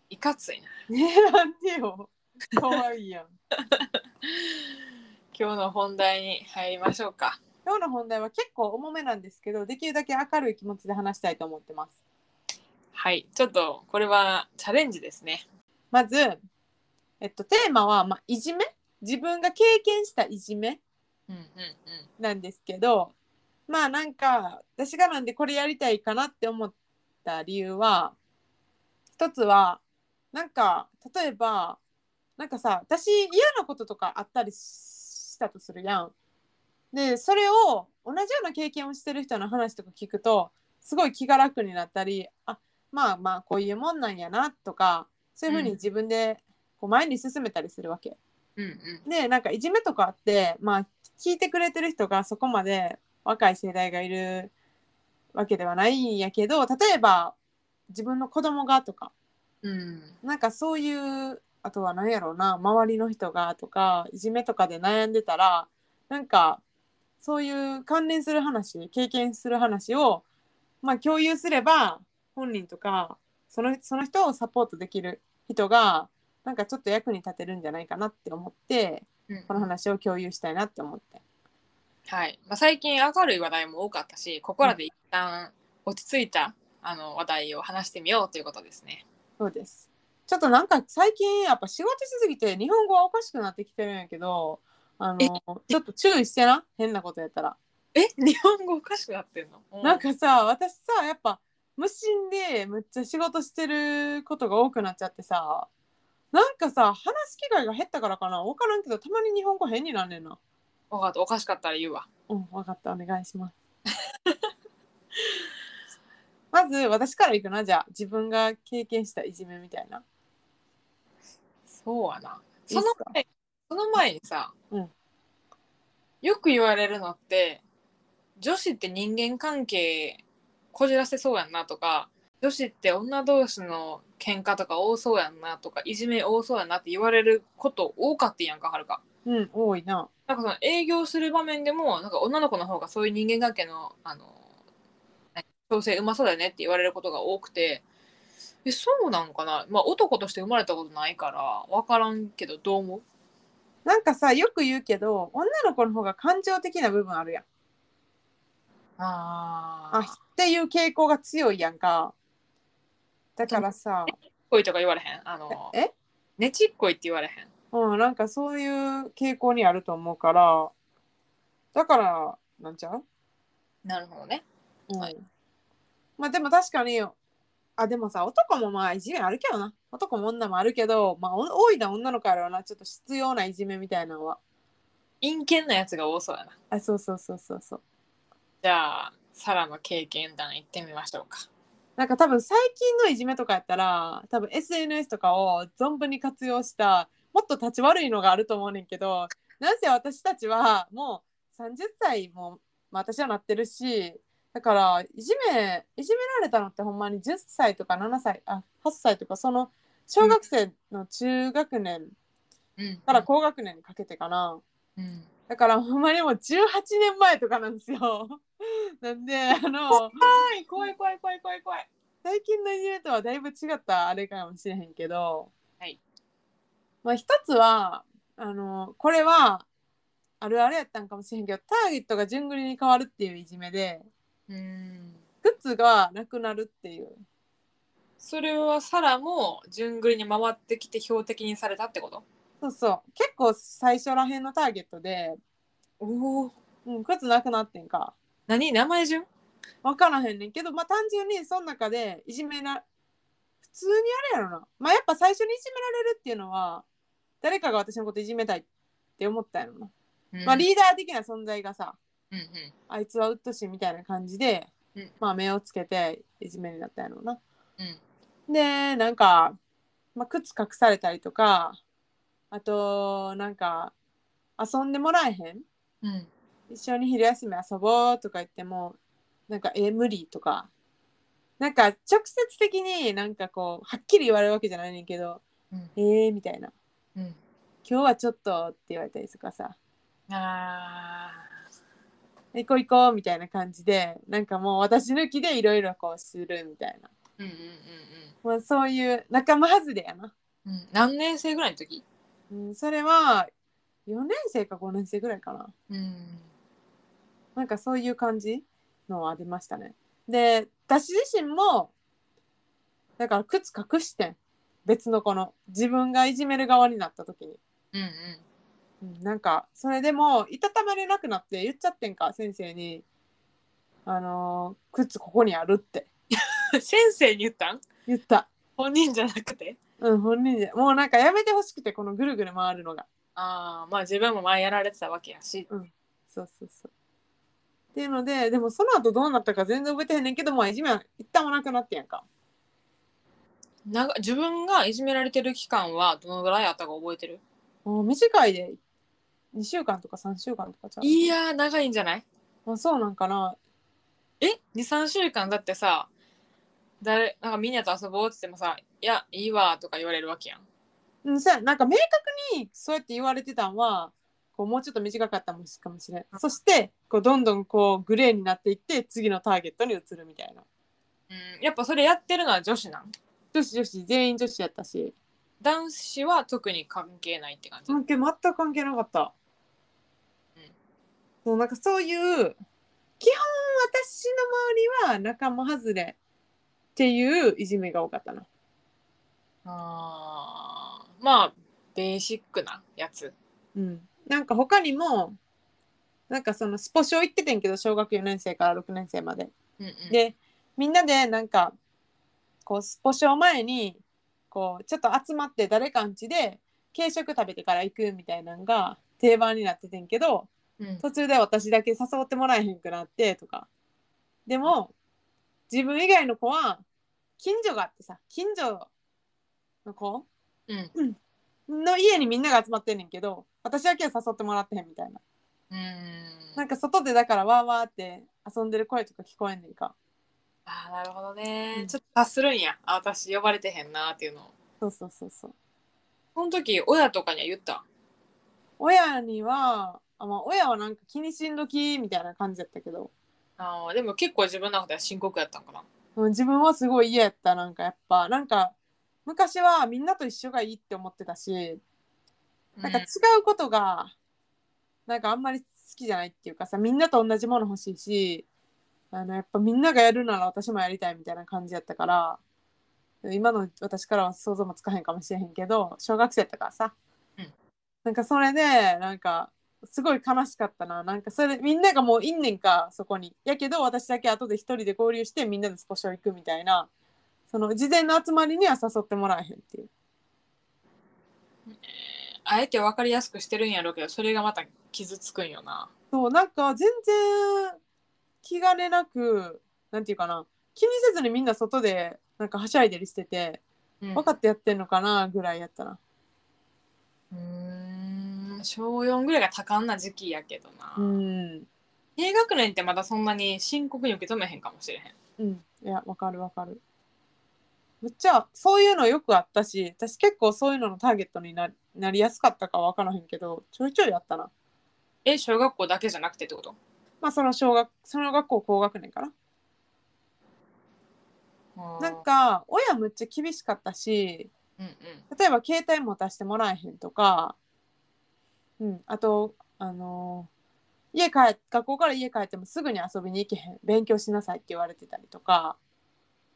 S2: いかついな
S1: ねえ、なんでよ。かわいいやん。
S2: 今日の本題に入りましょうか
S1: 今日の本題は結構重めなんですけど、できるだけ明るい気持ちで話したいと思ってます。
S2: はいちょっとこれはチャレンジですね
S1: まず、えっと、テーマは、まあ、いじめ自分が経験したいじめ
S2: うんうんうん
S1: なんですけど、まあなんか、私がなんでこれやりたいかなって思った理由は、一つは、なんか、例えば、なんかさ、私嫌なこととかあったりしたとするやん。で、それを同じような経験をしてる人の話とか聞くと、すごい気が楽になったり、あ、まあまあこういうもんなんやなとか、そういうふうに自分でこう前に進めたりするわけ。
S2: うんうん
S1: でなんかいじめとかあってまあ聞いてくれてる人がそこまで若い世代がいるわけではないんやけど例えば自分の子供がとか
S2: うん
S1: なんかそういうあとは何やろうな周りの人がとかいじめとかで悩んでたらなんかそういう関連する話経験する話をまあ共有すれば本人とかそのその人をサポートできる人がなんかちょっと役に立てるんじゃないかなって思って
S2: うん
S1: この話を共有したいなって思って。
S2: はい、まあ、最近明るい話題も多かったしここらで一旦落ち着いたあの話題を話してみようということですね。
S1: そうです。ちょっとなんか最近やっぱ仕事しすぎて日本語はおかしくなってきてるんやけど、あの、
S2: え
S1: ちょっと注意してな、変なことやったら。
S2: え日本語おかしくなってるの、う
S1: なんかさ、私さ、やっぱ無心でむっちゃ仕事してることが多くなっちゃってさ、なんかさ、話す機会が減ったからかな、わからんけど、たまに日本語変になんねんな。
S2: わかったおかしかったら言うわ。
S1: うん、わかった、お願いします。 まず私からいくな、じゃあ、自分が経験したいじめみたいな。
S2: そうやな。
S1: いい
S2: そ
S1: っ
S2: の
S1: すか
S2: 前その前にさ、
S1: うん
S2: よく言われるのって女子って人間関係こじらせそうやんなとか女子って女同士の喧嘩とか多そうやんなとかいじめ多そうやんなって言われること多かったやんかはるか。
S1: うん、多いな。
S2: なんかその営業する場面でもなんか女の子の方がそういう人間関係のあの何調整うまそうだよねって言われることが多くてえそうなんかな、まあ、男として生まれたことないから分からんけどどう思う
S1: なんかさよく言うけど女の子の方が感情的な部分あるやん
S2: あ
S1: あっていう傾向が強いやんかだからさ
S2: 恋とか言われへんあの
S1: え
S2: ねちっこいって言われへん
S1: うんなんかそういう傾向にあると思うからだからなんちゃう、
S2: なるほどね
S1: うん
S2: はい
S1: まあでも確かにあでもさ男もまあいじめあるけどな男も女もあるけどまあお多いな女の子やろうなちょっと必要ないじめみたいなのは
S2: 陰険なやつが多そうやな
S1: あそうそうそうそうそう
S2: じゃあサラの経験談行ってみましょうか
S1: なんか多分最近のいじめとかやったら多分 SNS とかを存分に活用したもっと立ち悪いのがあると思うねんけどなんせ私たちはもう30歳も、まあ、私はなってるしだからいじめいじめられたのってほんまに10歳とか7歳あ8歳とかその小学生の中学年
S2: うん
S1: から高学年にかけてかな、
S2: うん
S1: だからほんまにもう18年前とかなんですよ。 なんであの
S2: 怖い怖い怖い怖い怖い怖い。
S1: 最近のいじめとはだいぶ違ったあれかもしれへんけど、
S2: はい
S1: まあ一つはあのこれはあるあるやったんかもしれへんけどターゲットが順繰りに変わるっていういじめで
S2: うん。
S1: 靴がなくなるっていう
S2: それはサラも順繰りに回ってきて標的にされたってこと
S1: そうそう結構最初らへんのターゲットで、
S2: おお。
S1: うん、靴なくなってんか
S2: 何名前順
S1: 分からへんねんけどまあ単純にその中でいじめな普通にあれやろなまあやっぱ最初にいじめられるっていうのは誰かが私のこといじめたいって思ったんやろなまあ、リーダー的な存在がさ
S2: うんうん
S1: あいつは鬱陶しいみたいな感じで、
S2: うん
S1: まあ、目をつけていじめになったんやろうな。
S2: うん
S1: でなんか、まあ、靴隠されたりとかあとなんか遊んでもらえへん
S2: うん
S1: 一緒に昼休み遊ぼうとか言ってもなんか「え無理」とかなんか直接的になんかこうはっきり言われるわけじゃないねんけど
S2: うん
S1: 「えー」みたいな
S2: うん。
S1: 「今日はちょっと」って言われたりとかさ
S2: あ
S1: 行こう行こうみたいな感じでなんかもう私抜きでいろいろこうするみたいな、
S2: ーうんうん
S1: まあ、そういう仲間外れやな、
S2: うんうん。何年生ぐらいの時
S1: うん、それは4年生か5年生ぐらいかな
S2: うん。
S1: なんかそういう感じのは出ましたねで私自身もだから靴隠してん別の子の自分がいじめる側になった時に、
S2: うんうん。
S1: うん、なんかそれでもいたたまれなくなって言っちゃってんか先生に「あのー靴ここにある」って
S2: 先生に言ったん
S1: 言った。
S2: 本人じゃなくて
S1: うん、本人で。もうなんかやめてほしくて、このぐるぐる回るのが。
S2: ああまあ自分も前やられてたわけやし
S1: そうそうそう。っていうので、でもその後どうなったか全然覚えてへんねんけど、まあいじめは一旦もなくなってんやんか。
S2: な自分がいじめられてる期間はどのぐらいあったか覚えてる
S1: もう短いで、2週間とか3週間とかちゃう。
S2: いやー長いんじゃない
S1: まあ、そうなんかな。
S2: え23週間だってさ誰なんかみんなと遊ぼうって言ってもさ「いやいいわ」とか言われるわけやん
S1: うん、そうやなんか明確にそうやって言われてたんは、こうもうちょっと短かったもんしかもしれん。そして、こうどんどんこうグレーになっていって、次のターゲットに移るみたいな。
S2: うんやっぱそれやってるのは女子なん
S1: 女子女子、全員女子やったし。
S2: 男子は特に関係ないって感じ、
S1: 関係全く関係なかった、
S2: うん
S1: そうなんかそういう基本私の周りは仲間外れっていういじめが多かったな
S2: あーまあベーシックなやつ
S1: うんなんか他にもなんかそのスポ少行っててんけど小学4年生から6年生まで
S2: うんうん
S1: でみんなでなんかこうスポ少前にこうちょっと集まって誰かん家で軽食食べてから行くみたいなのが定番になっててんけど、
S2: うん
S1: 途中で私だけ誘ってもらえへんくなってとかでも自分以外の子は近所があってさ近所の子
S2: うん
S1: の家にみんなが集まってんねんけど私だけは誘ってもらってへんみたいな
S2: うん
S1: なんか外でだからわーわーって遊んでる声とか聞こえんねんか
S2: あーなるほどね、
S1: うん
S2: ちょっと察するんやあ私呼ばれてへんなっていうのを
S1: そうそうそうそう
S2: その時親とかには言った
S1: 親にはあ、まあ、親はなんか気にしんどきみたいな感じだったけど
S2: あーでも結構自分の中では深刻やったんかな
S1: うん自分はすごい嫌やったなんかやっぱなんか昔はみんなと一緒がいいって思ってたしなんか違うことが、なんかあんまり好きじゃないっていうかさ、みんなと同じもの欲しいし、あの、やっぱみんながやるなら私もやりたいみたいな感じやったから、今の私からは想像もつかへんかもしれへんけど、小学生やったからさ、
S2: うん
S1: なんかそれで、なんか、すごい悲しかったな。なんかそれ、みんながもういんねんか、そこに。やけど、私だけ後で一人で合流して、みんなで少し行くみたいな、その、事前の集まりには誘ってもらえへんっていう。
S2: あえて分かりやすくしてるんやろうけどそれがまた傷つくんよな
S1: そうなんか全然気兼ねなくなんていうかな気にせずにみんな外でなんかはしゃいでりしてて分か
S2: っ
S1: ってやってんのかなぐらいやったな、
S2: うーん小4ぐらいが多感な時期やけどな、
S1: うん
S2: 低学年ってまだそんなに深刻に受け止めへんかもしれへん
S1: うんいやわかるわかるむっちゃそういうのよくあったし私結構そういうののターゲットにななりやすかったかわからへんけどちょいちょいやったな
S2: え小学校だけじゃなくてってこと
S1: まあその小学その学校高学年からなんか親むっちゃ厳しかったし
S2: うんうん
S1: 例えば携帯持たせてもらえへんとか、うん、あとあの家帰学校から家帰ってもすぐに遊びに行けへん勉強しなさいって言われてたりとか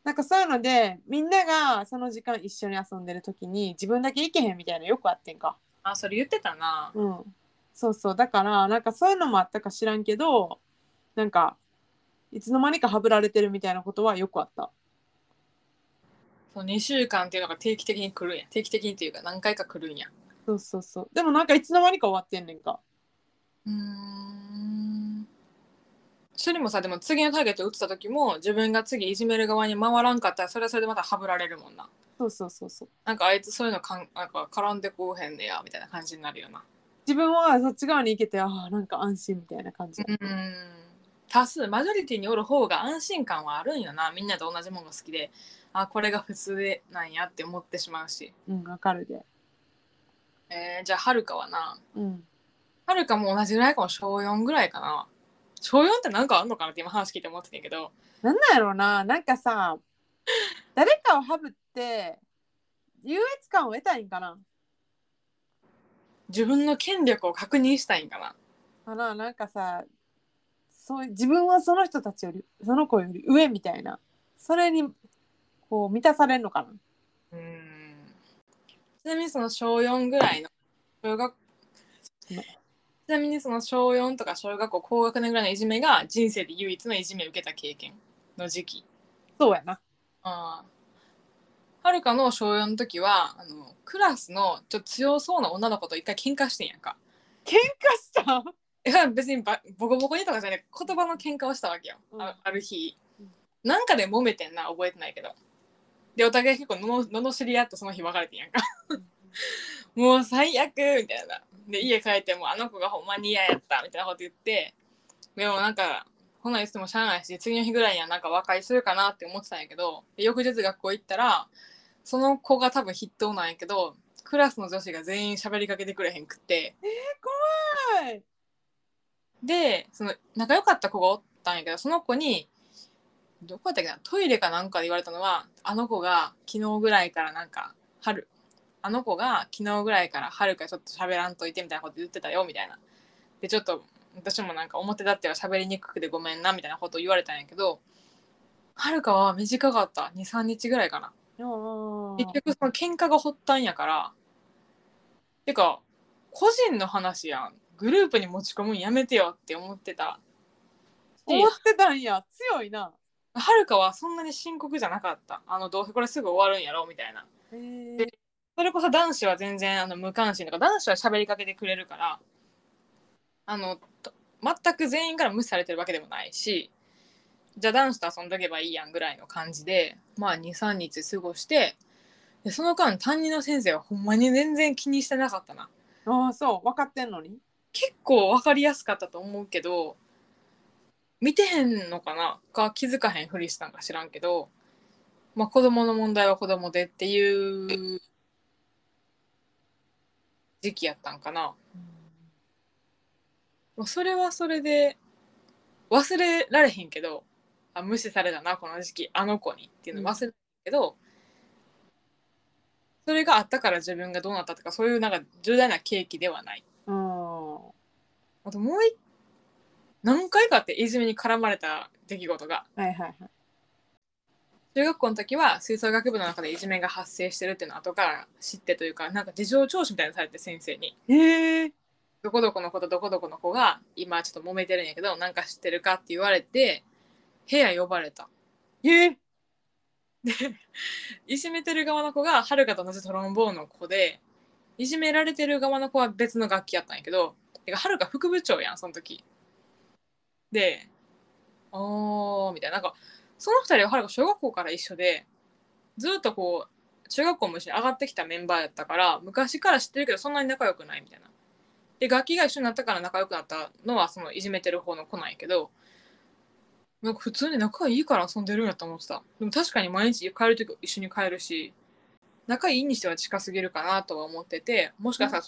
S1: なんかそういうのでみんながその時間一緒に遊んでる時に自分だけ行けへんみたいなのよくあってんか。
S2: あそれ言ってたな
S1: うん、そうそうだからなんかそういうのもあったか知らんけどなんかいつの間にかハブられてるみたいなことはよくあった
S2: その2週間っていうのが定期的に来るんや定期的にっていうか何回か来るんや
S1: そうそうそうでもなんかいつの間にか終わってんねんか
S2: うーんそれもさでも次のターゲット打ってた時も自分が次いじめる側に回らんかったらそれはそれでまたハブられるもんな
S1: そうそうそうそう
S2: なんかあいつそういうのかんなんか絡んでこうへんねやみたいな感じになるよな
S1: 自分はそっち側に行けてああなんか安心みたいな感じ、
S2: うん多数マジョリティにおる方が安心感はあるんよなみんなと同じものが好きであこれが普通でなんやって思ってしまうし、
S1: うんわかるで
S2: えーじゃあはるかはな
S1: うん
S2: はるかも同じぐらいかも小4ぐらいかな小4ってなんかあんのかなって今話聞いて思ってたんやけど
S1: なんなんやろうななんかさ誰かをハブって優越感を得たいんかな
S2: 自分の権力を確認したいんかな
S1: かななんかさそういう自分はその人たちよりその子より上みたいなそれにこう満たされるのかな
S2: うんちなみにその小4ぐらいの小学
S1: ごめん
S2: ちなみにその小4とか小学校高学年ぐらいのいじめが人生で唯一のいじめを受けた経験の時期
S1: そうやな
S2: あーはるかの小4の時はあのクラスのちょっと強そうな女の子と一回喧嘩してんやんか
S1: 喧嘩した
S2: いや別にばボコボコにとかじゃなくて言葉の喧嘩をしたわけよ、
S1: うん
S2: あある日、
S1: うん
S2: なんかで揉めてんな覚えてないけどでお互い結構のののしり合ってその日別れてんやんかもう最悪みたいなで家帰ってもあの子がほんまに嫌やったみたいなこと言ってでもなんかほな言ってもしゃあないし次の日ぐらいにはなんか和解するかなって思ってたんやけどで翌日学校行ったらその子が多分筆頭なんやけどクラスの女子が全員喋りかけてくれへんくって、
S1: はい
S2: でその仲良かった子がおったんやけどその子にどこやったっけなトイレかなんかで言われたのはあの子が昨日ぐらいからなんか春あの子が昨日ぐらいから春からちょっと喋らんといてみたいなこと言ってたよみたいなでちょっと私もなんか表立っては喋りにくくてごめんなみたいなことを言われたんやけどはるかは短かった23日ぐらいかな
S1: あー
S2: 結局その喧嘩が発端やからてか個人の話やんグループに持ち込むんやめてよって思ってた
S1: 思ってたんや強いな
S2: はるかはそんなに深刻じゃなかったあのどうせこれすぐ終わるんやろみたいな
S1: へー
S2: それこそ男子は全然あの無関心とか男子は喋りかけてくれるからあのと全く全員から無視されてるわけでもないしじゃあ男子と遊んどけばいいやんぐらいの感じでまあ23日過ごしてでその間担任の先生はほんまに全然気にしてなかったな
S1: ああそう分かってんのに
S2: 結構分かりやすかったと思うけど見てへんのかなか気づかへんふりしたんか知らんけど、まあ、子供の問題は子供でっていう時期やったんかな、まあ、それはそれで忘れられへんけどあ無視されたなこの時期あの子にっていうの忘れるけど、それがあったから自分がどうなったとかそういうなんか重大な契機ではない。
S1: うん
S2: あともう一何回かあっていじめに絡まれた出来事が
S1: はいはいはい
S2: 中学校の時は吹奏楽部の中でいじめが発生してるっていうのを後から知ってというかなんか事情聴取みたいなのされて先生に
S1: へえ
S2: 「どこどこの子とどこどこの子が今ちょっと揉めてるんやけどなんか知ってるか?」って言われて部屋呼ばれた
S1: へえ
S2: いじめてる側の子がはるかと同じトロンボーンの子でいじめられてる側の子は別の楽器やったんやけどてかはるか副部長やんその時で「おー」みたいななんかその二人ははるか小学校から一緒でずっとこう中学校も一緒に上がってきたメンバーやったから昔から知ってるけどそんなに仲良くないみたいなで楽器が一緒になったから仲良くなったのはそのいじめてる方の子なんやけどなんか普通に仲いいから遊んでるんやと思ってた。でも確かに毎日帰るとき一緒に帰るし、仲いいにしては近すぎるかなとは思ってて、もしかしたら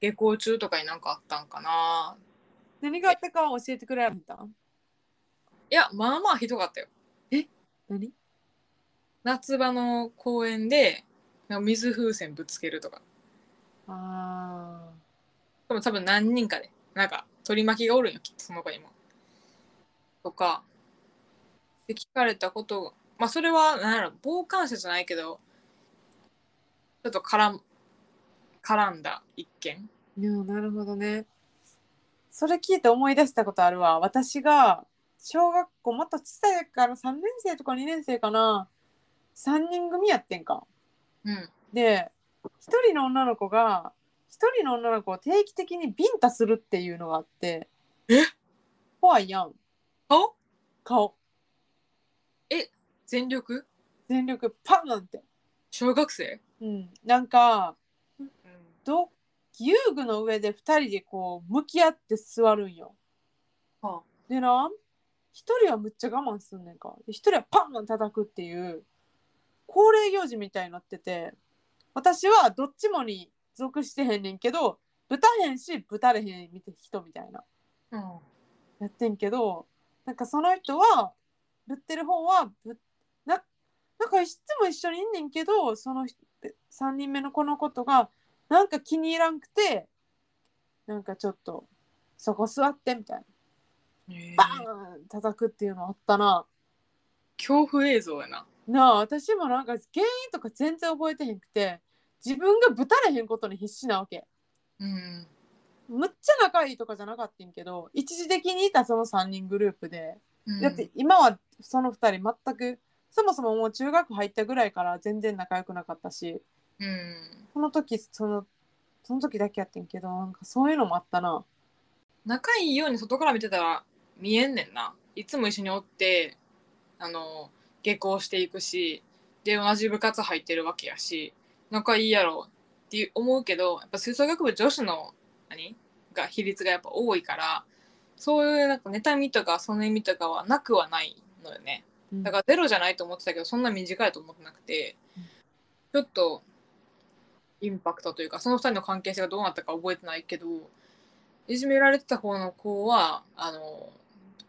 S2: 下校中とかになんかあったんかな
S1: 何があったかは教えてくれやんたん
S2: いやまあまあひどかったよ
S1: 何
S2: 夏場の公園でなんか水風船ぶつけるとか
S1: あ
S2: でも多分何人かでなんか取り巻きがおるんよきっとその子にもとかで聞かれたことがまあそれは何やろ傍観者じゃないけどちょっと絡ん絡んだ一件
S1: ーいやなるほどねそれ聞いて思い出したことあるわ私が小学校もっと小さい時から3年生とか2年生かな3人組やってんか
S2: うん
S1: で一人の女の子が一人の女の子を定期的にビンタするっていうのがあって
S2: え
S1: 怖いやん
S2: 顔
S1: 顔
S2: 全力
S1: 全力パンなんて
S2: 小学生
S1: うんなんか
S2: うん
S1: ど遊具の上で2人でこう向き合って座るんよ。
S2: は
S1: でな1人はむっちゃ我慢すんねんかで1人はパンン叩くっていう恒例行事みたいになってて私はどっちもに属してへんねんけどぶたへんしぶたれへん人みたいな
S2: うん
S1: やってんけどなんかその人はぶってる方はぶななんかいつも一緒にいんねんけどその3人目の子のことがなんか気に入らんくてなんかちょっとそこ座ってみたいな
S2: へえ
S1: バーン叩くっていうのあったな。
S2: 恐怖映像やな
S1: なあ私もなんか原因とか全然覚えてへんくて自分がぶたれへんことに必死なわけ。
S2: うん
S1: むっちゃ仲いいとかじゃなかったんけど一時的にいたその3人グループで
S2: うん
S1: だって今はその2人全くそもそももう中学入ったぐらいから全然仲良くなかったし
S2: うん
S1: その時そのその時だけやってんけどなんかそういうのもあったな
S2: 仲いいように外から見てたら見えんねんないつも一緒におってあの下校していくしで同じ部活入ってるわけやし仲いいやろって思うけどやっぱ吹奏楽部女子の何が比率がやっぱ多いからそういうなんか妬みとかその意味とかはなくはないのよねだからゼロじゃないと思ってたけどそんな短いと思ってなくて
S1: うん
S2: ちょっとインパクトというかその2人の関係性がどうなったか覚えてないけどいじめられてた方の子はあの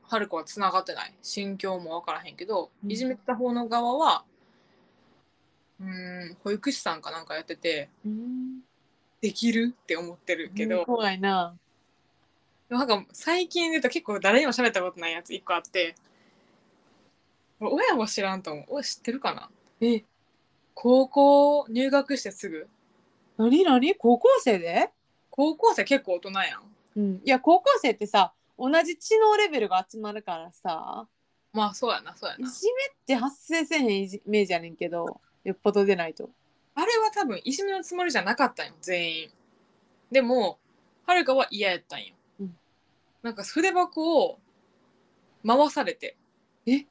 S2: 春子はつながってない心境も分からへんけど、
S1: うん
S2: いじめてた方の側はうーん保育士さんかなんかやってて
S1: うん
S2: できるって思ってるけど、
S1: 怖いな
S2: でもなんか最近で言うと結構誰にも喋ったことないやつ1個あって俺親も知らんと思う親知ってるかな
S1: え
S2: 高校入学してすぐ
S1: 何何高校生で、
S2: 高校生結構大人やん
S1: うん、いや高校生ってさ同じ知能レベルが集まるからさ
S2: まあそうやなそうや
S1: い
S2: な
S1: じめって発生せえへんイジメージやねんけどよっぽど出ないと
S2: あれは多分いじめのつもりじゃなかったんよ全員でもはるかは嫌やったんよ、
S1: うん
S2: なんか筆箱を回されて
S1: え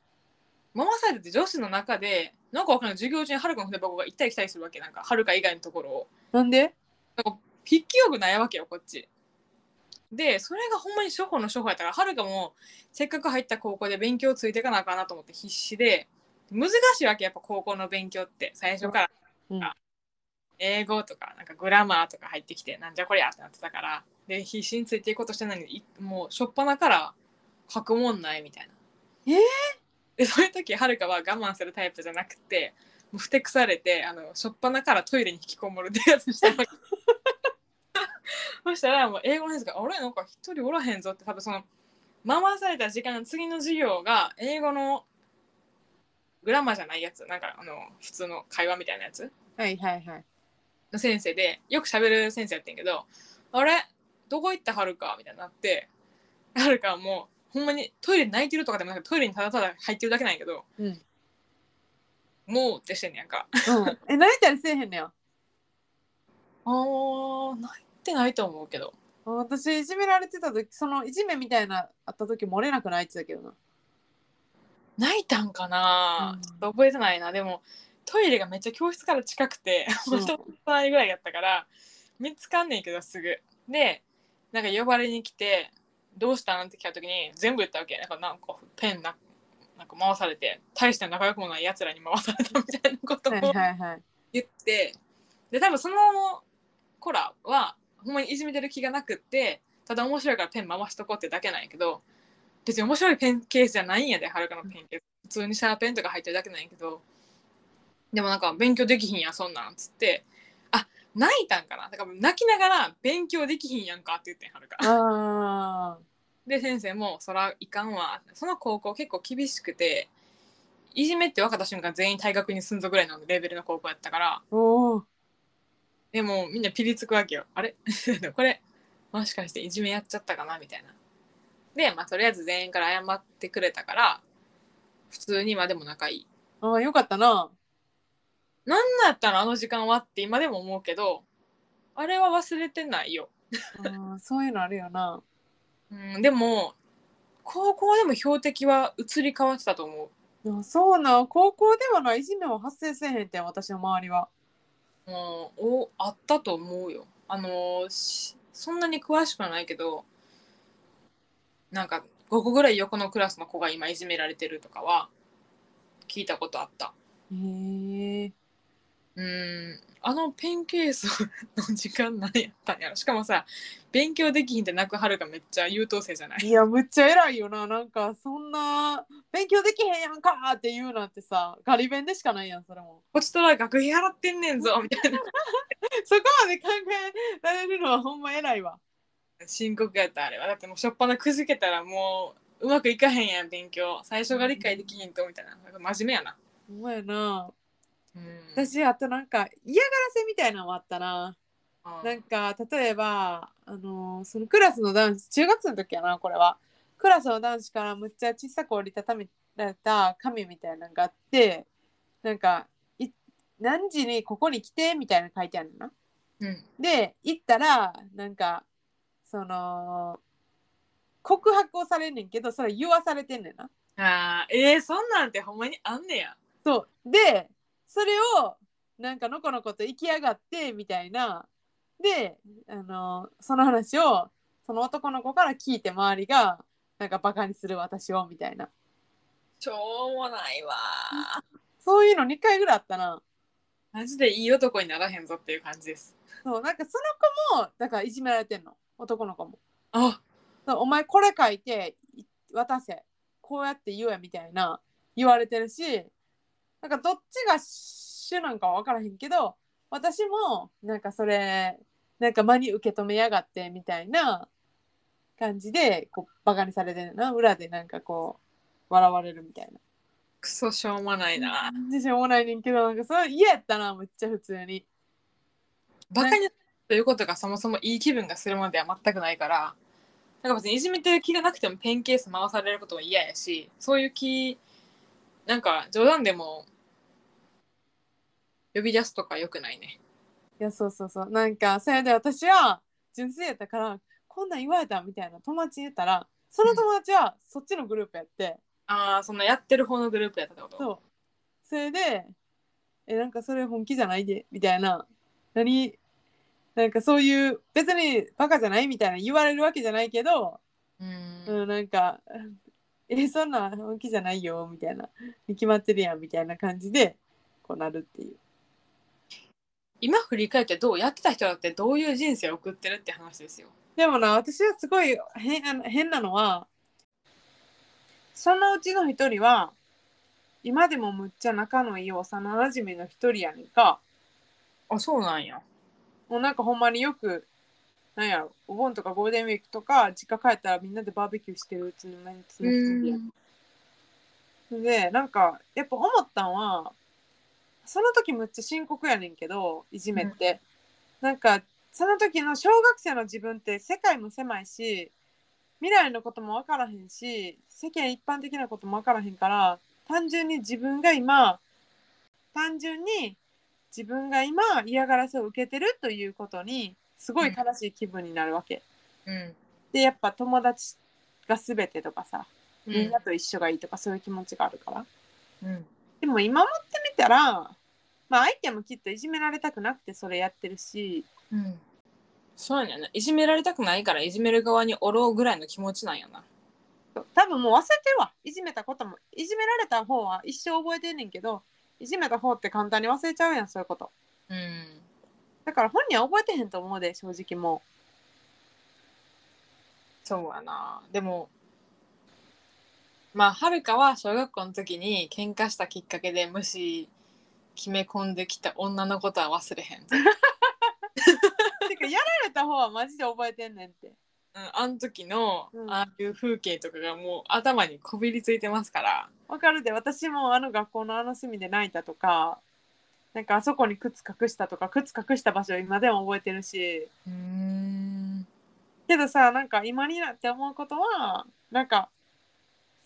S2: 回されてて女子の中でなんかわかんない授業中にはるかの筆箱が行ったり来たりするわけなんかはるか以外のところを
S1: なんで
S2: 筆記用具ないわけよこっちでそれがほんまに初歩の初歩やったからはるかもせっかく入った高校で勉強ついていかなあかんなと思って必死で難しいわけやっぱ高校の勉強って最初から、
S1: うん
S2: あ英語とかなんかグラマーとか入ってきてなんじゃこりゃってなってたからで必死についていこうとしてないのにいもう初っ端から書くもんないみたいな
S1: えー
S2: でそういう時はるかは我慢するタイプじゃなくてもうふてくされてあの初っ端からトイレに引きこもるってやつしたわけそしたらもう英語の先生が「あれなんか一人おらへんぞ」って多分その回された時間の次の授業が英語のグラマーじゃないやつなんかあの普通の会話みたいなやつ
S1: はいはいはい
S2: の先生でよく喋る先生やってんけど「あれどこ行ったはるか?」みたいになってはるかはもうほんまにトイレ泣いてるとかでもなくトイレにただただ入ってるだけなんやけど
S1: うん、
S2: もうってしてんねやんか。
S1: うん、え泣いたりせえへんねや
S2: あー泣いてないと思うけど
S1: 私いじめられてた時そのいじめみたいなあった時漏れなく泣いてたけどな
S2: 泣いたんかな、
S1: うん
S2: ちょっと覚えてないなでもトイレがめっちゃ教室から近くて
S1: うん
S2: 本当隣ぐらいやったから見つかんねんけどすぐでなんか呼ばれに来て「どうしたん?」って聞いた時に全部言ったわけなんかなんかペンななんか回されて大して仲良くもないやつらに回されたみたいなこと
S1: はい
S2: も
S1: はいはい
S2: 言ってで多分その子らはほんまにいじめてる気がなくってただ面白いからペン回しとこうってだけなんやけど別に面白いペンケースじゃないんやではるかのペンケース普通にシャーペンとか入ってるだけなんやけどでもなんか勉強できひんやんそんなんっつってあ泣いたんかなだから泣きながら勉強できひんやんかって言ってんはるか
S1: あ
S2: で先生も「そらいかんわ」その高校結構厳しくていじめって分かった瞬間全員退学にすんぞぐらいのレベルの高校やったから
S1: ーおお
S2: でもうみんなピリつくわけよあれ これもしかしていじめやっちゃったかなみたいなでまあとりあえず全員から謝ってくれたから普通に今でも仲いい
S1: ああよかったな
S2: なんだったらあの時間はって今でも思うけどあれは忘れてないよ
S1: うんそういうのあるよな
S2: うんでも高校でも標的は移り変わってたと思う
S1: いやそうな高校ではないいじめは発生せえへんって私の周りは
S2: うん、おあったと思うよあのしそんなに詳しくはないけどなんか5個ぐらい横のクラスの子が今いじめられてるとかは聞いたことあった
S1: へえ
S2: うんあのペンケースの時間何やったんやろしかもさ勉強できひんって泣くはるかめっちゃ優等生じゃない
S1: いやむっちゃ偉いよななんかそんな勉強できへんやんかって言うなんてさガリ弁でしかないやんそれも
S2: こっちとら学費払ってんねんぞみたいな
S1: そこまで考えられるのはほんま偉いわ
S2: 深刻やったあれはだってもうしょっぱなくじけたらもううまくいかへんやん勉強最初が理解できひんとみたいななんか真面目やな
S1: ほんまやな
S2: うん
S1: 私あとなんか嫌がらせみたいなのもあったななんか例えばあのーそのクラスの男子中学生の時やなこれはクラスの男子からむっちゃ小さく折りたためられた紙みたいなのがあってなんかい何時にここに来てみたいなの書いてあるのな。
S2: うん、
S1: で行ったらなんかその告白をされんねんけどそれ言わされてんねんな。
S2: あーえー、そんなんてほんまにあんねや。
S1: そうでそれをなんかのこのこと行きやがってみたいなであのその話をその男の子から聞いて周りがなんかバカにする私をみたいな
S2: しょうもないわー。
S1: そういうの2回ぐらいあったな
S2: マジでいい男にならへんぞっていう感じです。
S1: そうなんかその子もだからいじめられてんの男の子も
S2: あ
S1: そうお前これ書いてい渡せこうやって言えみたいな言われてるしなんかどっちが主なんかは分からへんけど私もなんかそれなんか間に受け止めやがってみたいな感じでこうバカにされてるな裏でなんかこう笑われるみたいな
S2: クソしょうもないな。
S1: 自信もないねんけどなんかそれ嫌やったなむっちゃ普通に
S2: バカにするということがそもそもいい気分がするものでは全くないから、なんか別にいじめてる気がなくてもペンケース回されることも嫌やし、そういう気、なんか冗談でも呼び出すとかよくないね。
S1: いやそうそうそうなんかそれで私は純粋やったからこんなん言われたみたいな友達に言ったらその友達はそっちのグループやって、
S2: ああ、そんなやってる方のグループやったってこと
S1: そうそれでえなんかそれ本気じゃないでみたいな何なんかそういう別にバカじゃないみたいな言われるわけじゃないけど、
S2: う。
S1: うんん、なんかえそんなん本気じゃないよみたいなに決まってるやんみたいな感じでこうなるっていう
S2: 今振り返ってどうやってた人だってどういう人生を送ってるって話ですよ。
S1: でもな私はすごい変あの変なのはそのうちの一人は今でもむっちゃ仲のいい幼なじみの一人やねんか
S2: あ、そうなんや。
S1: もうなんかほんまによくなんやろお盆とかゴールデンウィークとか実家帰ったらみんなでバーベキューしてるうちの何つの一人やでなんかやっぱ思ったんはその時むっちゃ深刻やねんけどいじめって、なんかその時の小学生の自分って世界も狭いし未来のことも分からへんし世間一般的なことも分からへんから単純に自分が今単純に自分が今嫌がらせを受けてるということにすごい悲しい気分になるわけ、
S2: うん。
S1: でやっぱ友達が全てとかさ
S2: う
S1: みん
S2: ん
S1: なと一緒がいいとかそういう気持ちがあるから、
S2: うん。
S1: でも今持ってみたら、まあ、相手もきっといじめられたくなくてそれやってるし
S2: うん。そうなんやな。いじめられたくないからいじめる側におろうぐらいの気持ちなんやな。
S1: 多分もう忘れてるわいじめたこともいじめられた方は一生覚えてんねんけどいじめた方って簡単に忘れちゃうやんそういうこと
S2: うん。
S1: だから本人は覚えてへんと思うで正直も
S2: そうやなでもまあはるかは小学校の時に喧嘩したきっかけで無視決め込んできた女のことは忘れ へん、うん、
S1: てかやられた方はマジで覚えてんねんって
S2: あの時の
S1: うん
S2: ああいう風景とかがもう頭にこびりついてますから
S1: わかるで私もあの学校のあの隅で泣いたとかなんかあそこに靴隠したとか靴隠した場所今でも覚えてるし
S2: うん
S1: けどさなんか今になって思うことはなんか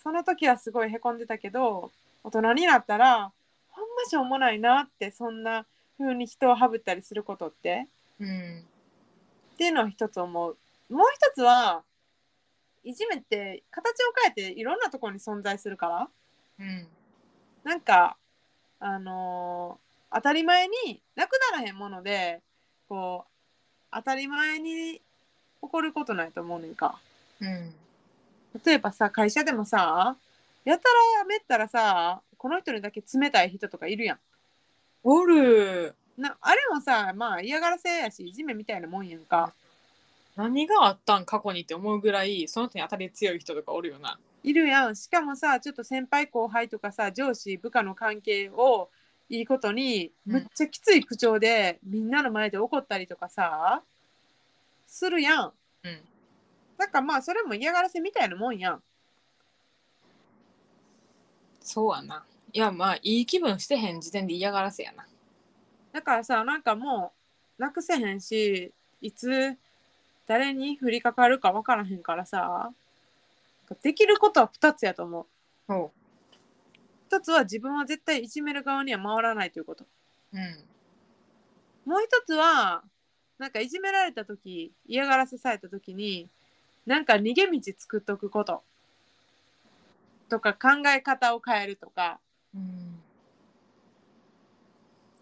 S1: その時はすごいへこんでたけど大人になったらほんましょうもないなってそんな風に人をはぶったりすることって
S2: うん
S1: っていうのを一つ思うもう一つはいじめって形を変えていろんなところに存在するから
S2: うん
S1: なんかあのー当たり前になくならへんものでこう当たり前に起こることないと思うねんか
S2: うん
S1: 例えばさ会社でもさやたらめったらさこの人にだけ冷たい人とかいるや
S2: おる
S1: んなあれもさまあ嫌がらせやしいじめみたいなもんやんか
S2: 何があったん過去にって思うぐらいその人に当たり強い人とかおるよない
S1: るやんしかもさちょっと先輩後輩とかさ上司部下の関係をいいことに
S2: うん
S1: むっちゃきつい口調で、みんなの前で怒ったりとかさするやん
S2: うん
S1: だからまあそれも嫌がらせみたいなもんやん
S2: そうやないやまあいい気分してへん時点で嫌がらせやな
S1: だからさなんかもうなくせへんしいつ誰に降りかかるか分からへんからさできることは2つやと思
S2: そう
S1: 1つは自分は絶対いじめる側には回らないということ
S2: う
S1: もう1つはなんかいじめられた時嫌がらせされた時になんか逃げ道作っとくこととか考え方を変えるとか
S2: ん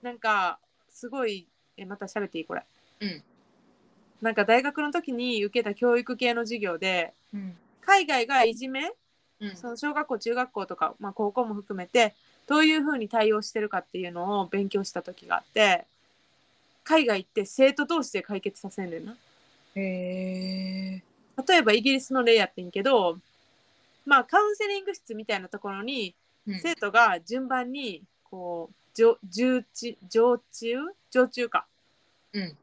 S1: なんかすごいえまた喋っていいこれ
S2: うん
S1: なんか大学の時に受けた教育系の授業で
S2: うん
S1: 海外がいじめ
S2: うん
S1: その小学校中学校とか、まあ、高校も含めてどういうふうに対応してるかっていうのを勉強した時があって海外行って生徒同士で解決させんねんな
S2: へえ
S1: 例えばイギリスの例やってんけどまあカウンセリング室みたいなところに生徒が順番にこう常常駐常駐常駐か
S2: うん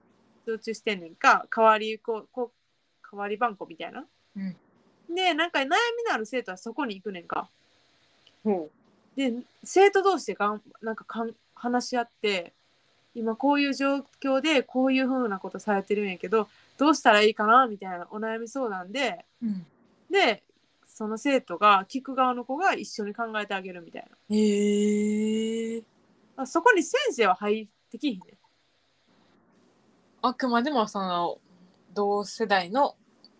S1: 常駐してんねんか代わりこうこう代わり番号みたいな、
S2: うん
S1: でなんか悩みのある生徒はそこに行くねんか
S2: ほ
S1: で生徒同士でがんなんかかん話し合って今こういう状況でこういうふうなことされてるんやけどどうしたらいいかなみたいなお悩み相談で
S2: う、
S1: でその生徒が聞く側の子が一緒に考えてあげるみたいな
S2: へえ
S1: あそこに先生は入ってきひんね
S2: あくまでもその同世代の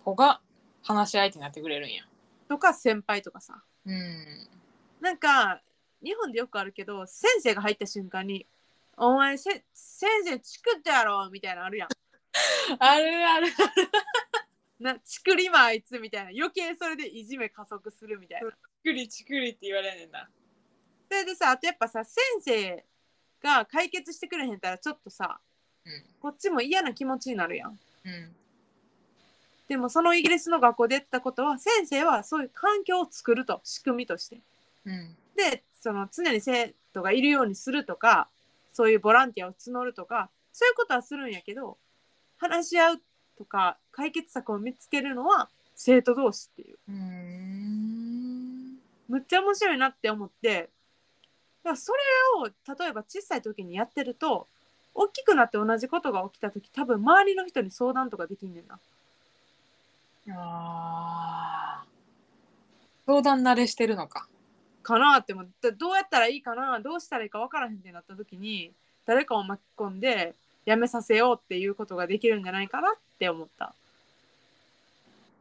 S2: 子が話し相手になってくれるんや
S1: とか先輩とかさ
S2: うん
S1: なんか日本でよくあるけど先生が入った瞬間に「お前せ先生チクったやろ」みたいなのあるやん
S2: あるある
S1: なチクりまあいつみたいな余計それでいじめ加速するみたいな
S2: チクリチクリって言われんねんな
S1: それでさあとやっぱさ先生が解決してくれへんやったらちょっとさこっちも嫌な気持ちになるやん
S2: うんうん
S1: でもそのイギリスの学校でやったことは先生はそういう環境を作ると仕組みとして
S2: うん
S1: でその常に生徒がいるようにするとかそういうボランティアを募るとかそういうことはするんやけど話し合うとか解決策を見つけるのは生徒同士っていう
S2: うん
S1: むっちゃ面白いなって思ってだからそれを例えば小さい時にやってると大きくなって同じことが起きた時多分周りの人に相談とかできんねんな
S2: あー相談慣れしてるのか
S1: かなって思ってどうやったらいいかなどうしたらいいか分からへんってなった時に誰かを巻き込んでやめさせようっていうことができるんじゃないかなって思った。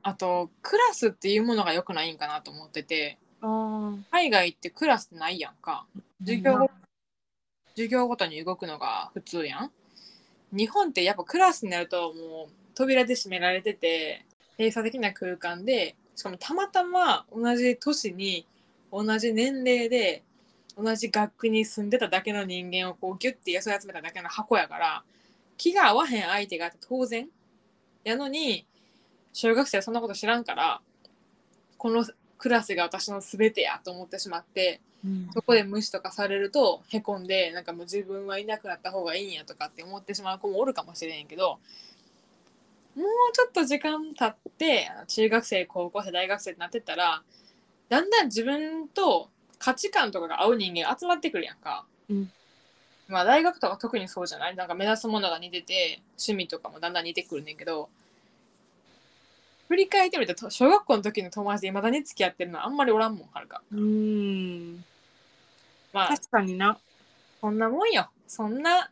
S2: あとクラスっていうものが良くないんかなと思ってて
S1: あ
S2: 海外ってクラスないやんか授業ご授業ごとに動くのが普通やん日本ってやっぱクラスになるともう扉で閉められてて閉鎖的な空間でしかもたまたま同じ都市に同じ年齢で同じ学区に住んでただけの人間をこうギュッて寄せ集めただけの箱やから気が合わへん相手があって当然やのに小学生はそんなこと知らんからこのクラスが私の全てやと思ってしまって
S1: うん
S2: そこで無視とかされるとへこんでなんかもう自分はいなくなった方がいいんやとかって思ってしまう子もおるかもしれへんけどもうちょっと時間経って中学生高校生大学生になってったらだんだん自分と価値観とかが合う人間集まってくるやんか。
S1: うん
S2: まあ大学とか特にそうじゃないなんか目指すものが似てて趣味とかもだんだん似てくるねんけど振り返ってみると小学校の時の友達でいまだに付き合ってるのはあんまりおらんもんはるか。
S1: うん
S2: まあ
S1: 確かにな
S2: そんなもんよ。そんな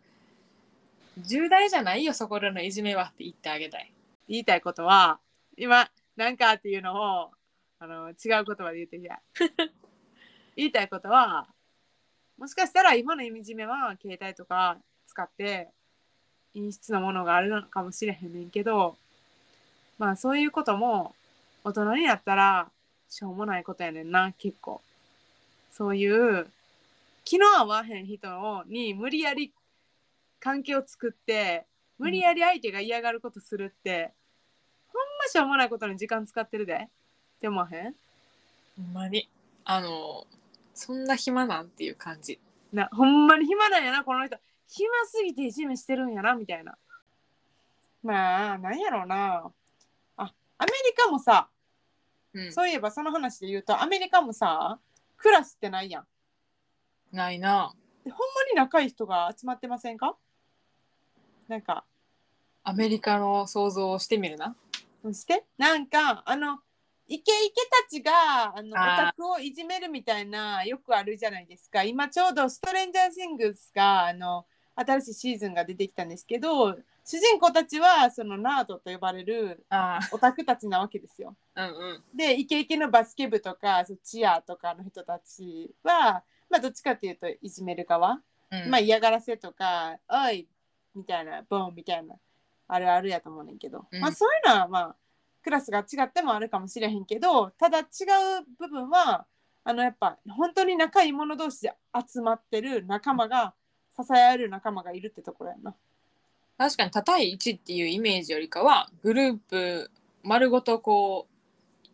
S2: 重大じゃないよ、そこらのいじめはって言ってあげたい。
S1: 言いたいことは今なんかっていうのをあの違う言葉で言ってきた言いたいことはもしかしたら今のいじめは携帯とか使って陰湿なものがあるのかもしれへんねんけどまあそういうことも大人になったらしょうもないことやねんな結構そういう気の合わへん人に無理やり関係を作って無理やり相手が嫌がることするって、ほんましょうもないことに時間使ってるでって思わへん
S2: ほんまに。あの、そんな暇なんていう感じ。
S1: なほんまに暇なんやなこの人暇すぎていじめしてるんやなみたいなまあなんやろうなあアメリカもさ、
S2: うん。
S1: そういえばその話で言うとアメリカもさクラスってないやん
S2: ないな。
S1: でほんまに仲いい人が集まってませんかなんか
S2: アメリカの想像をしてみるな。
S1: そしてなんかあのイケイケたちがあのオ
S2: あー
S1: タクをいじめるみたいなよくあるじゃないですか今ちょうど「ストレンジャー・シングスが」あの新しいシーズンが出てきたんですけど主人公たちはそのナードと呼ばれる
S2: あ
S1: オタクたちなわけですよ。
S2: あ、うんうん。
S1: でイケイケのバスケ部とかそうチアとかの人たちは、まあ、どっちかっていうといじめる側
S2: うん、
S1: まあ嫌がらせとか「おい!」みたいな「ボン!」みたいなあるあるやと思うねんけど、
S2: うん
S1: まあそういうのはまあクラスが違ってもあるかもしれへんけどただ違う部分はあのやっぱ本当に仲いい者同士で集まってる仲間が支え合える仲間がいるってところやな。
S2: 確かに、たたい1っていうイメージよりかは、グループ丸ごとこう、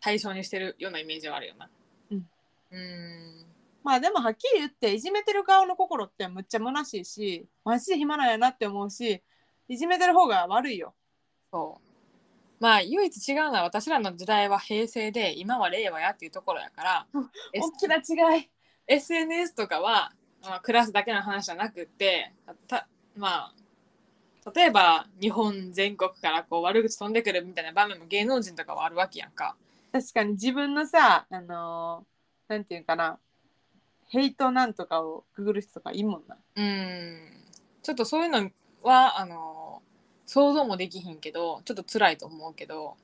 S2: 対象にしてるようなイメージはあるよな。
S1: うん。
S2: うーん。
S1: まあでもはっきり言っていじめてる側の心ってむっちゃ虚しいしマジで暇なんやなって思うしいじめてる方が悪いよ。
S2: そう。まあ唯一違うのは私らの時代は平成で今は令和やっていうところやから
S1: 大きな違い。
S2: S- SNS とかは、まあ、クラスだけの話じゃなくってたまあ例えば日本全国からこう悪口飛んでくるみたいな場面も芸能人とかはあるわけやんか。
S1: 確かに自分のさあのーなんていうんかなヘイトなんとかをググる人とかいいもんな
S2: うんちょっとそういうのはあの想像もできひんけどちょっと辛いと思うけど、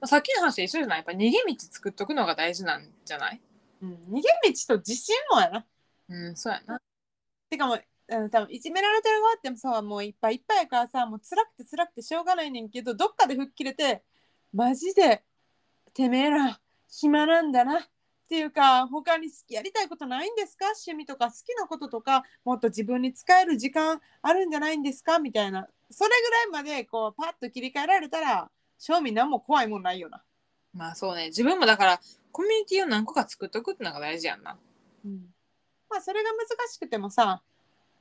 S2: まあ、さっきの話と一緒じゃないやっぱ逃げ道作っとくのが大事なんじゃない
S1: うん逃げ道と自信もやな
S2: うんそうやな。
S1: てかもうあの多分いじめられてる側ってさもういっぱいいっぱいやからさもう辛くて辛くてしょうがないねんけどどっかで吹っ切れてマジでてめえら暇なんだなっていうか他に好きやりたいことないんですか趣味とか好きなこととかもっと自分に使える時間あるんじゃないんですかみたいなそれぐらいまでこうパッと切り替えられたら正味何も怖いもんないよな。
S2: まあそうね自分もだからコミュニティを何個か作っとくってのが大事やんな。
S1: うん、まあそれが難しくてもさ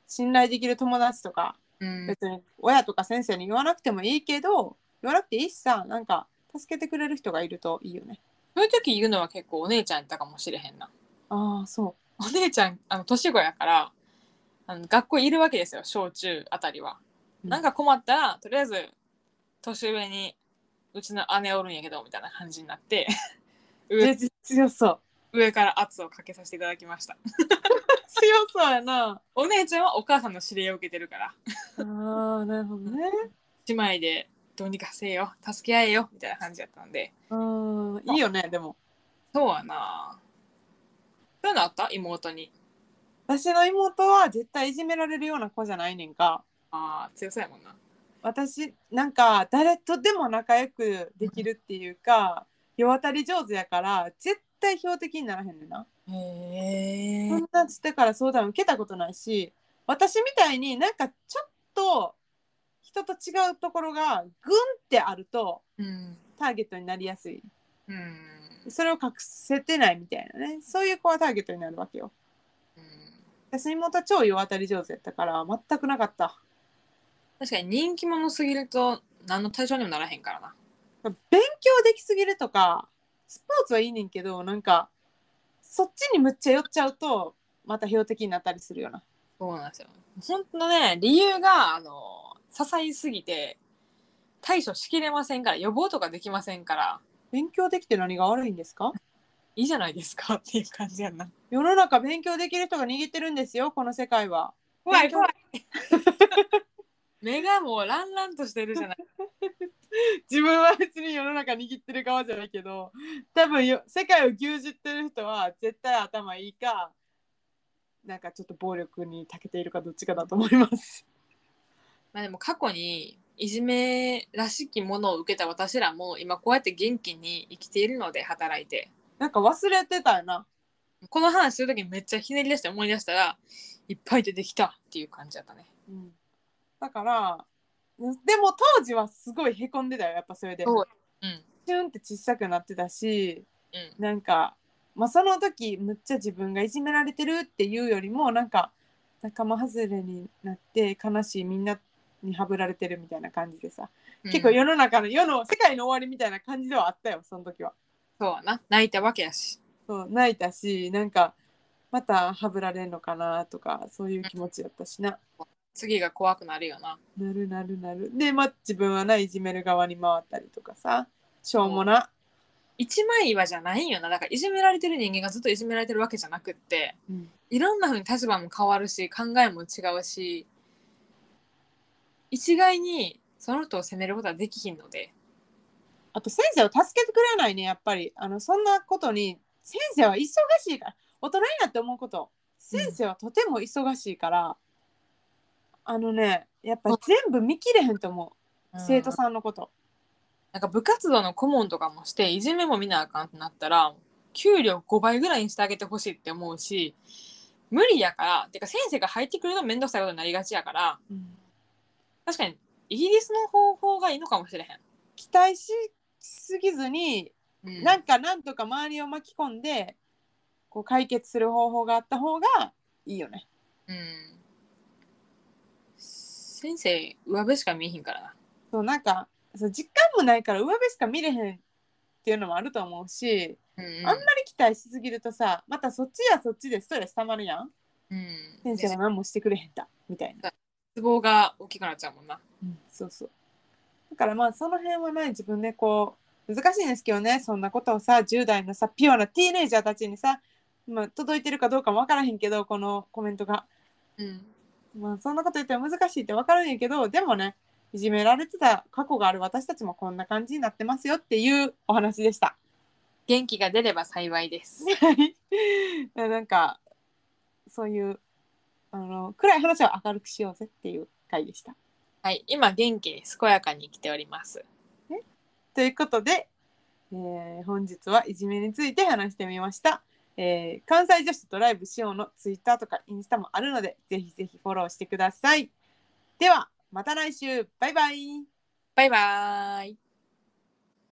S1: 信頼できる友達とか
S2: うん、
S1: 別に親とか先生に言わなくてもいいけど言わなくていいしさなんか助けてくれる人がいるといいよね
S2: そういう時言うのは結構お姉ちゃんやったかもしれへんな。
S1: ああそ
S2: お姉ちゃんあの年子やからあの学校いるわけですよ小中あたりは。
S1: うん
S2: なんか困ったらとりあえず年上にうちの姉おるんやけどみたいな感じになって
S1: う
S2: 上
S1: 強そう
S2: 上から圧をかけさせていただきました。
S1: 強そうやな
S2: お姉ちゃんはお母さんの指令を受けてるから
S1: あーなるほどね
S2: 姉妹でどうにかせよ助け合えよみたいな感じやったんで
S1: うんいいよねでも
S2: そうやなそういうのあった妹に。
S1: 私の妹は絶対いじめられるような子じゃないねんか
S2: ああ強そうやもんな。
S1: 私なんか誰とでも仲良くできるっていうか世渡り上手やから絶対標的にならへんねんな
S2: へ
S1: そんなつってから相談受けたことないし私みたいになんかちょっと人と違うところがグンってあると
S2: うん。
S1: ターゲットになりやすい
S2: うん
S1: それを隠せてないみたいなねそういう子はターゲットになるわけよ
S2: うん
S1: 私妹は超世渡り上手やったから全くなかった
S2: 確かに人気者すぎると何の対象にもならへんからな
S1: 勉強できすぎるとかスポーツはいいねんけどなんかそっちにむっちゃ寄っちゃうとまた標的になったりするよな
S2: そうなんですよ本当のね理由があの些細すぎて対処しきれませんから予防とかできませんから
S1: 勉強できて何が悪いんですか
S2: いいじゃないですかっていう感じやんな
S1: 世の中勉強できる人が握ってるんですよこの世界は
S2: 怖い
S1: 勉強
S2: 怖い 目がもうランランとしてるじゃない
S1: 自分は別に世の中握ってる側じゃないけど多分よ世界を牛耳ってる人は絶対頭いいかなんかちょっと暴力に長けているかどっちかだと思います。
S2: まあでも過去にいじめらしきものを受けた私らも今こうやって元気に生きているので働いて
S1: なんか忘れてたよな。
S2: この話する時にめっちゃひねり出して思い出したらいっぱい出てきたっていう感じだったね
S1: うん、だからでも当時はすごいへこんでたよやっぱそれで。
S2: そううん
S1: チュンって小さくなってたし
S2: うん
S1: なんか、まあ、その時むっちゃ自分がいじめられてるっていうよりもなんか仲間外れになって悲しいみんなにはぶられてるみたいな感じでさ。結構
S2: うん
S1: 世の中の世の世界の終わりみたいな感じではあったよその時は
S2: そうやな泣いたわけやし
S1: そう泣いたしなんかまたはぶられんのかなとかそういう気持ちだったしな
S2: 次が怖くなるよな
S1: なるなるなるでまあ自分はないじめる側に回ったりとかさしょうもな、
S2: 一枚岩じゃないんよなだからいじめられてる人間がずっといじめられてるわけじゃなくって
S1: うん
S2: いろんな風に立場も変わるし考えも違うし一概にその人を責めることはできひんので
S1: あと先生を助けてくれないねやっぱりあのそんなことに先生は忙しいから大人になって思うこと先生はとても忙しいから、あのねやっぱ全部見切れへんと思う、生徒さんのこと
S2: なんか部活動の顧問とかもしていじめも見なあかんってなったら給料5倍ぐらいにしてあげてほしいって思うし無理やからてか先生が入ってくると面倒くさいことになりがちやから確かにイギリスの方法がいいのかもしれへ
S1: 期待しすぎずに、
S2: ん。う
S1: なんかなんとか周りを巻き込んでこう解決する方法があった方がいいよね。
S2: うん、先生上辺しか見えへんからな。
S1: そうなんかそう実感もないから上辺しか見れへんっていうのもあると思うし、
S2: うん
S1: あんまり期待しすぎるとさまたそっちやそっちでストレスたまるやん
S2: うん、
S1: 先生
S2: で
S1: は何もしてくれへんだみたいな、
S2: 失望が大きくなっちゃうもんな。
S1: そうそうだからまあその辺はね自分でこう難しいんですけどねそんなことをさ10代のさピュアなティーネイジャーたちにさ、まあ、届いてるかどうかもわからへんけどこのコメントが
S2: うん、
S1: まあそんなこと言っても難しいって分かるんやけどでもねいじめられてた過去がある私たちもこんな感じになってますよっていうお話でした。
S2: 元気が出れば幸いです。
S1: なんかそういうあの暗い話を明るくしようぜっていう回でした。
S2: はい、今元気に健やかに生きております。
S1: ということで、えー本日はいじめについて話してみました。えー関西女子ドライブ仕様のツイッターとかインスタもあるのでぜひぜひフォローしてください。ではまた来週バイバイ
S2: バイバーイ。